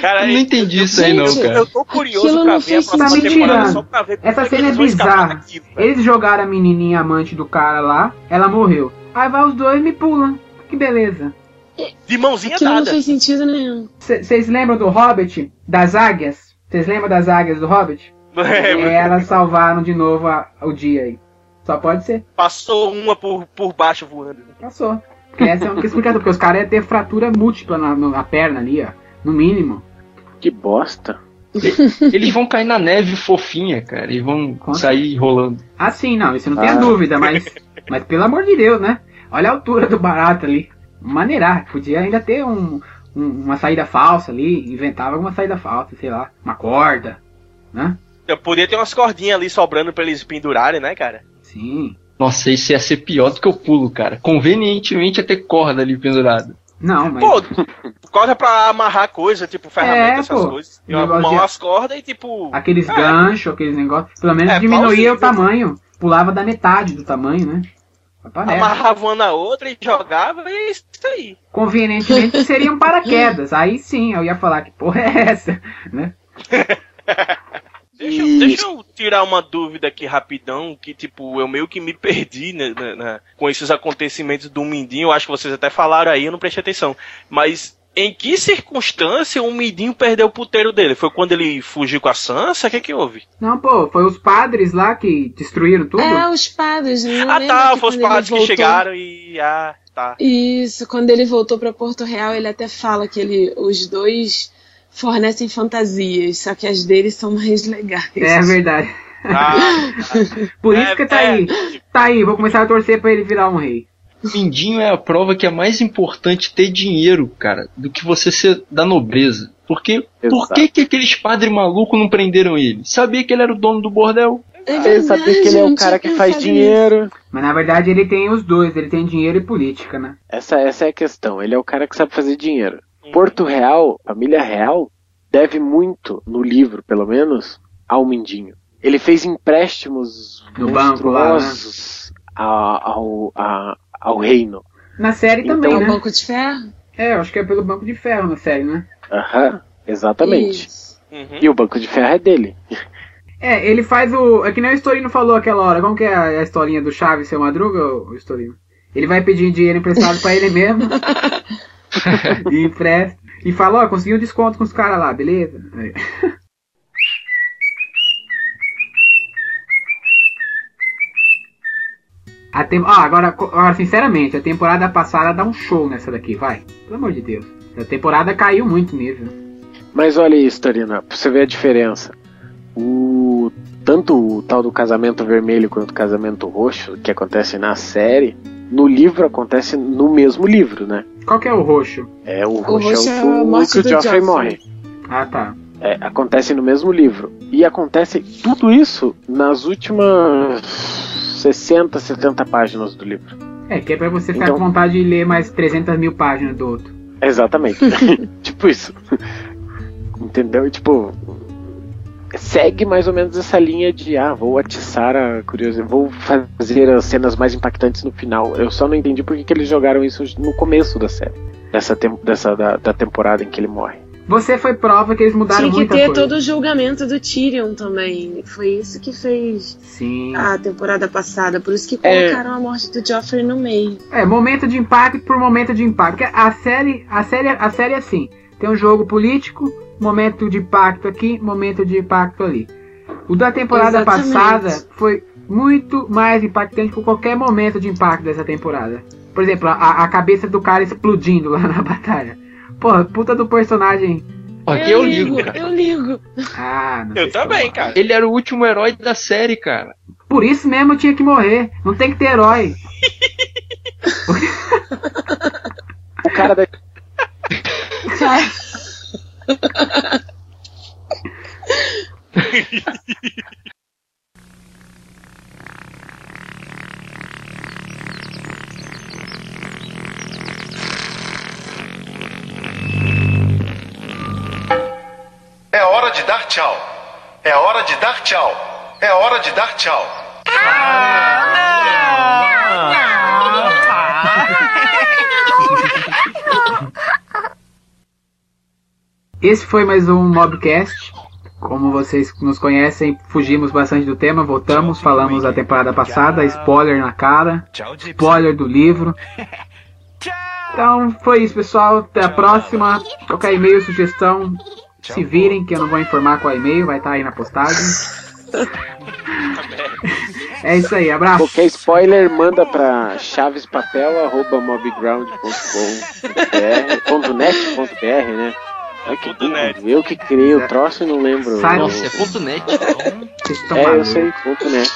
Speaker 1: cara
Speaker 5: Eu não entendi isso aí, não,
Speaker 1: eu-
Speaker 5: cara.
Speaker 1: Eu tô curioso
Speaker 4: Aquilo
Speaker 1: pra
Speaker 4: não
Speaker 1: ver a
Speaker 4: fez
Speaker 1: próxima
Speaker 2: sentido.
Speaker 1: temporada só pra ver como
Speaker 2: Essa
Speaker 1: é que
Speaker 2: cena
Speaker 1: eles
Speaker 2: é
Speaker 1: vão escapar
Speaker 2: bizarra.
Speaker 1: daquilo, velho.
Speaker 2: Eles jogaram a menininha amante do cara lá, ela morreu. Aí vai os dois e me pulam. Que beleza.
Speaker 1: De mãozinha
Speaker 4: aquilo não
Speaker 1: dada.
Speaker 4: fez sentido nenhum.
Speaker 2: Vocês lembram do Hobbit? Das águias? Vocês lembram das águias do Hobbit? É, elas salvaram de novo a- o dia aí. Só pode ser.
Speaker 1: Passou uma por, por baixo voando.
Speaker 2: Passou. Porque Essa é uma explicação, porque os caras iam ter fratura múltipla na, na perna ali, ó. No mínimo.
Speaker 3: Que bosta.
Speaker 5: Eles vão cair na neve fofinha, cara, e vão
Speaker 2: Como?
Speaker 5: sair rolando.
Speaker 2: Assim, não, isso não tem a
Speaker 3: Ah.
Speaker 2: dúvida, mas, mas pelo amor de Deus, né? Olha a altura do barato ali. Maneirar, podia ainda ter um, um- uma saída falsa ali, inventava alguma saída falsa, sei lá, uma corda, né?
Speaker 1: Eu podia ter umas cordinhas ali sobrando pra eles pendurarem, né, cara?
Speaker 2: Sim.
Speaker 5: Nossa, isso ia ser pior do que o pulo, cara. Convenientemente ia ter corda ali pendurada.
Speaker 2: Não, mas.
Speaker 1: Pô, corda pra amarrar coisa, tipo ferramenta,
Speaker 2: É,
Speaker 1: essas
Speaker 2: pô.
Speaker 1: coisas. Eu
Speaker 2: Negócio
Speaker 1: arrumar
Speaker 2: de-
Speaker 1: umas cordas e tipo.
Speaker 2: aqueles
Speaker 1: É.
Speaker 2: ganchos, aqueles negócios. Pelo menos
Speaker 1: É,
Speaker 2: diminuía
Speaker 1: pauzinho,
Speaker 2: o tamanho. Pulava da metade do tamanho, né? Vai pra merda.
Speaker 1: Amarrava uma na outra e jogava, e é isso aí.
Speaker 2: Convenientemente seriam paraquedas. Aí sim, eu ia falar que porra é essa?
Speaker 1: Deixa, eu-
Speaker 3: E-
Speaker 1: deixa eu tirar uma dúvida aqui rapidão, que tipo, eu meio que me perdi né, na- na- com esses acontecimentos do Mindinho, eu acho que vocês até falaram aí, eu não prestei atenção. Mas em que circunstância o Mindinho perdeu o puteiro dele? Foi quando ele fugiu com a Sansa? O que que houve?
Speaker 2: Não, pô, foi os padres lá que destruíram tudo.
Speaker 4: É, os padres, né?
Speaker 1: ah
Speaker 4: Lembra
Speaker 1: tá,
Speaker 4: que
Speaker 1: foi os
Speaker 4: quando ele
Speaker 1: padres que
Speaker 4: voltou-
Speaker 1: chegaram e... Ah, tá.
Speaker 4: Isso, quando ele voltou para Porto Real, ele até fala que ele, os dois fornecem fantasias, só que as deles são mais legais.
Speaker 2: É verdade.
Speaker 1: Ah,
Speaker 2: Por
Speaker 1: É,
Speaker 2: isso que tá
Speaker 1: é.
Speaker 2: aí. Tá aí, vou começar a torcer pra ele virar um rei.
Speaker 5: Mindinho é a prova que é mais importante ter dinheiro, cara, do que você ser da nobreza. Porque por
Speaker 3: Exato.
Speaker 5: que, que aqueles padres malucos não prenderam ele? Sabia que ele era o dono do bordel?
Speaker 4: É
Speaker 3: Ele sabia que ele é o cara que faz dinheiro.
Speaker 2: Mas na verdade ele tem os dois, ele tem dinheiro e política, né?
Speaker 3: Essa, essa é a questão. Ele é o cara que sabe fazer dinheiro. Porto Real, família real, deve muito, no livro pelo menos, ao Mindinho. Ele fez empréstimos
Speaker 2: No banco lá, né?
Speaker 3: monstruosos a- ao, a- ao reino.
Speaker 2: Na série
Speaker 3: Então,
Speaker 2: também,
Speaker 4: o
Speaker 2: né?
Speaker 4: banco um de ferro?
Speaker 2: É, eu acho que é pelo Banco de Ferro na série, né?
Speaker 3: Aham, exatamente.
Speaker 4: Isso.
Speaker 1: uhum.
Speaker 3: E o banco de ferro é dele.
Speaker 2: É, ele faz o. É que nem o Estorino falou aquela hora. Como que é a a historinha do Chaves, seu Madruga, o Estorino? Ele vai pedir dinheiro emprestado pra ele mesmo. e empresta. E fala, ó, consegui um desconto com os caras lá, beleza? Aí. A tem... ah, agora, co- agora, sinceramente, a temporada passada dá um show nessa daqui, vai. Pelo amor de Deus. A temporada caiu muito o nível.
Speaker 3: Mas olha isso, Torina, pra você ver a diferença. O, tanto o tal do casamento vermelho quanto o casamento roxo, que acontece na série, no livro acontece no mesmo livro, né?
Speaker 2: Qual que é o roxo?
Speaker 3: É o
Speaker 4: roxo
Speaker 3: roxo
Speaker 4: é
Speaker 3: é o
Speaker 4: a
Speaker 3: que o
Speaker 4: morte do
Speaker 3: Joffrey,
Speaker 4: Joffrey.
Speaker 3: morre.
Speaker 2: Ah, tá.
Speaker 3: É, acontece no mesmo livro. E acontece tudo isso nas últimas 60, 70 páginas do livro.
Speaker 2: É, que é pra você ficar
Speaker 3: Então-
Speaker 2: com vontade de ler mais 300 mil páginas do outro.
Speaker 3: Exatamente. tipo isso. Entendeu? E, Tipo, segue mais ou menos essa linha de ah, vou atiçar a curiosidade, vou fazer as cenas mais impactantes no final. Eu só não entendi por que que eles jogaram isso no começo da série, dessa, tem- dessa da, da temporada em que ele morre.
Speaker 2: Você foi prova que eles mudaram
Speaker 4: Tinha que
Speaker 2: muita
Speaker 4: ter
Speaker 2: coisa.
Speaker 4: todo o julgamento do Tyrion também. Foi isso que fez
Speaker 2: Sim.
Speaker 4: a temporada passada. Por isso que
Speaker 3: É.
Speaker 4: colocaram a morte do Joffrey no meio.
Speaker 2: É, momento de impacto por momento de impacto. Porque a série, a série, a série é assim. Tem um jogo político, momento de impacto aqui, momento de impacto ali. O da temporada
Speaker 4: Exatamente.
Speaker 2: passada foi muito mais impactante por qualquer momento de impacto dessa temporada. Por exemplo, a, a cabeça do cara explodindo lá na batalha. Porra, puta do personagem.
Speaker 5: Aqui eu ligo, cara.
Speaker 4: eu ligo.
Speaker 2: Ah, não sei
Speaker 1: Eu
Speaker 2: se tá
Speaker 1: também,
Speaker 2: bom.
Speaker 1: cara.
Speaker 5: Ele era o último herói da série, cara.
Speaker 2: Por isso mesmo eu tinha que morrer. Não tem que ter herói.
Speaker 3: O cara da
Speaker 4: Vai.
Speaker 8: É hora de dar tchau. É hora de dar tchau. É hora de dar tchau.
Speaker 2: Esse foi mais um Mobcast. Como vocês nos conhecem, fugimos bastante do tema, voltamos, falamos da temporada passada, spoiler na cara, spoiler do livro. Então foi isso, pessoal. Até a próxima. Qualquer e-mail, sugestão, se virem, que eu não vou informar qual e-mail, vai estar aí na postagem. É isso aí, abraço.
Speaker 3: qualquer spoiler manda pra É, chavespapel@mobground.com.br.net.br, né? Ai, que
Speaker 1: Ponto net.
Speaker 3: burro. eu que criei o troço e não lembro.
Speaker 2: Sai no-
Speaker 5: Nossa, é ponto net.
Speaker 2: Vocês estão
Speaker 3: É, eu
Speaker 2: malucos.
Speaker 3: sei, ponto net.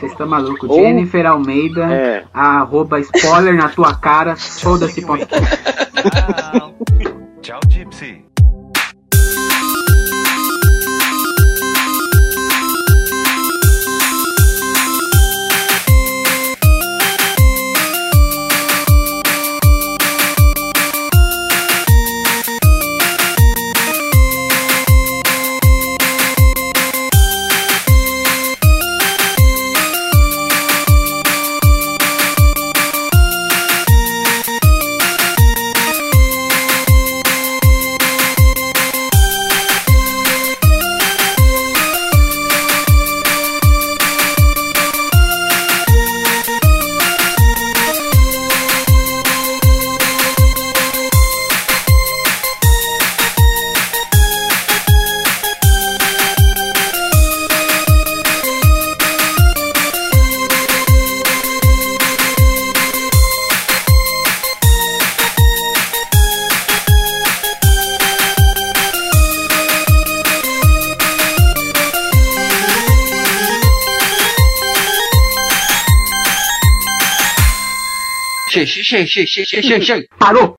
Speaker 2: Vocês estão malucos.
Speaker 3: Ou-
Speaker 2: Jennifer Almeida,
Speaker 3: É.
Speaker 2: arroba spoiler na tua cara, foda-se. ponto-
Speaker 8: Tchau, Gypsy.
Speaker 5: Che, che, che, che, che, che, che, che.
Speaker 2: Parou!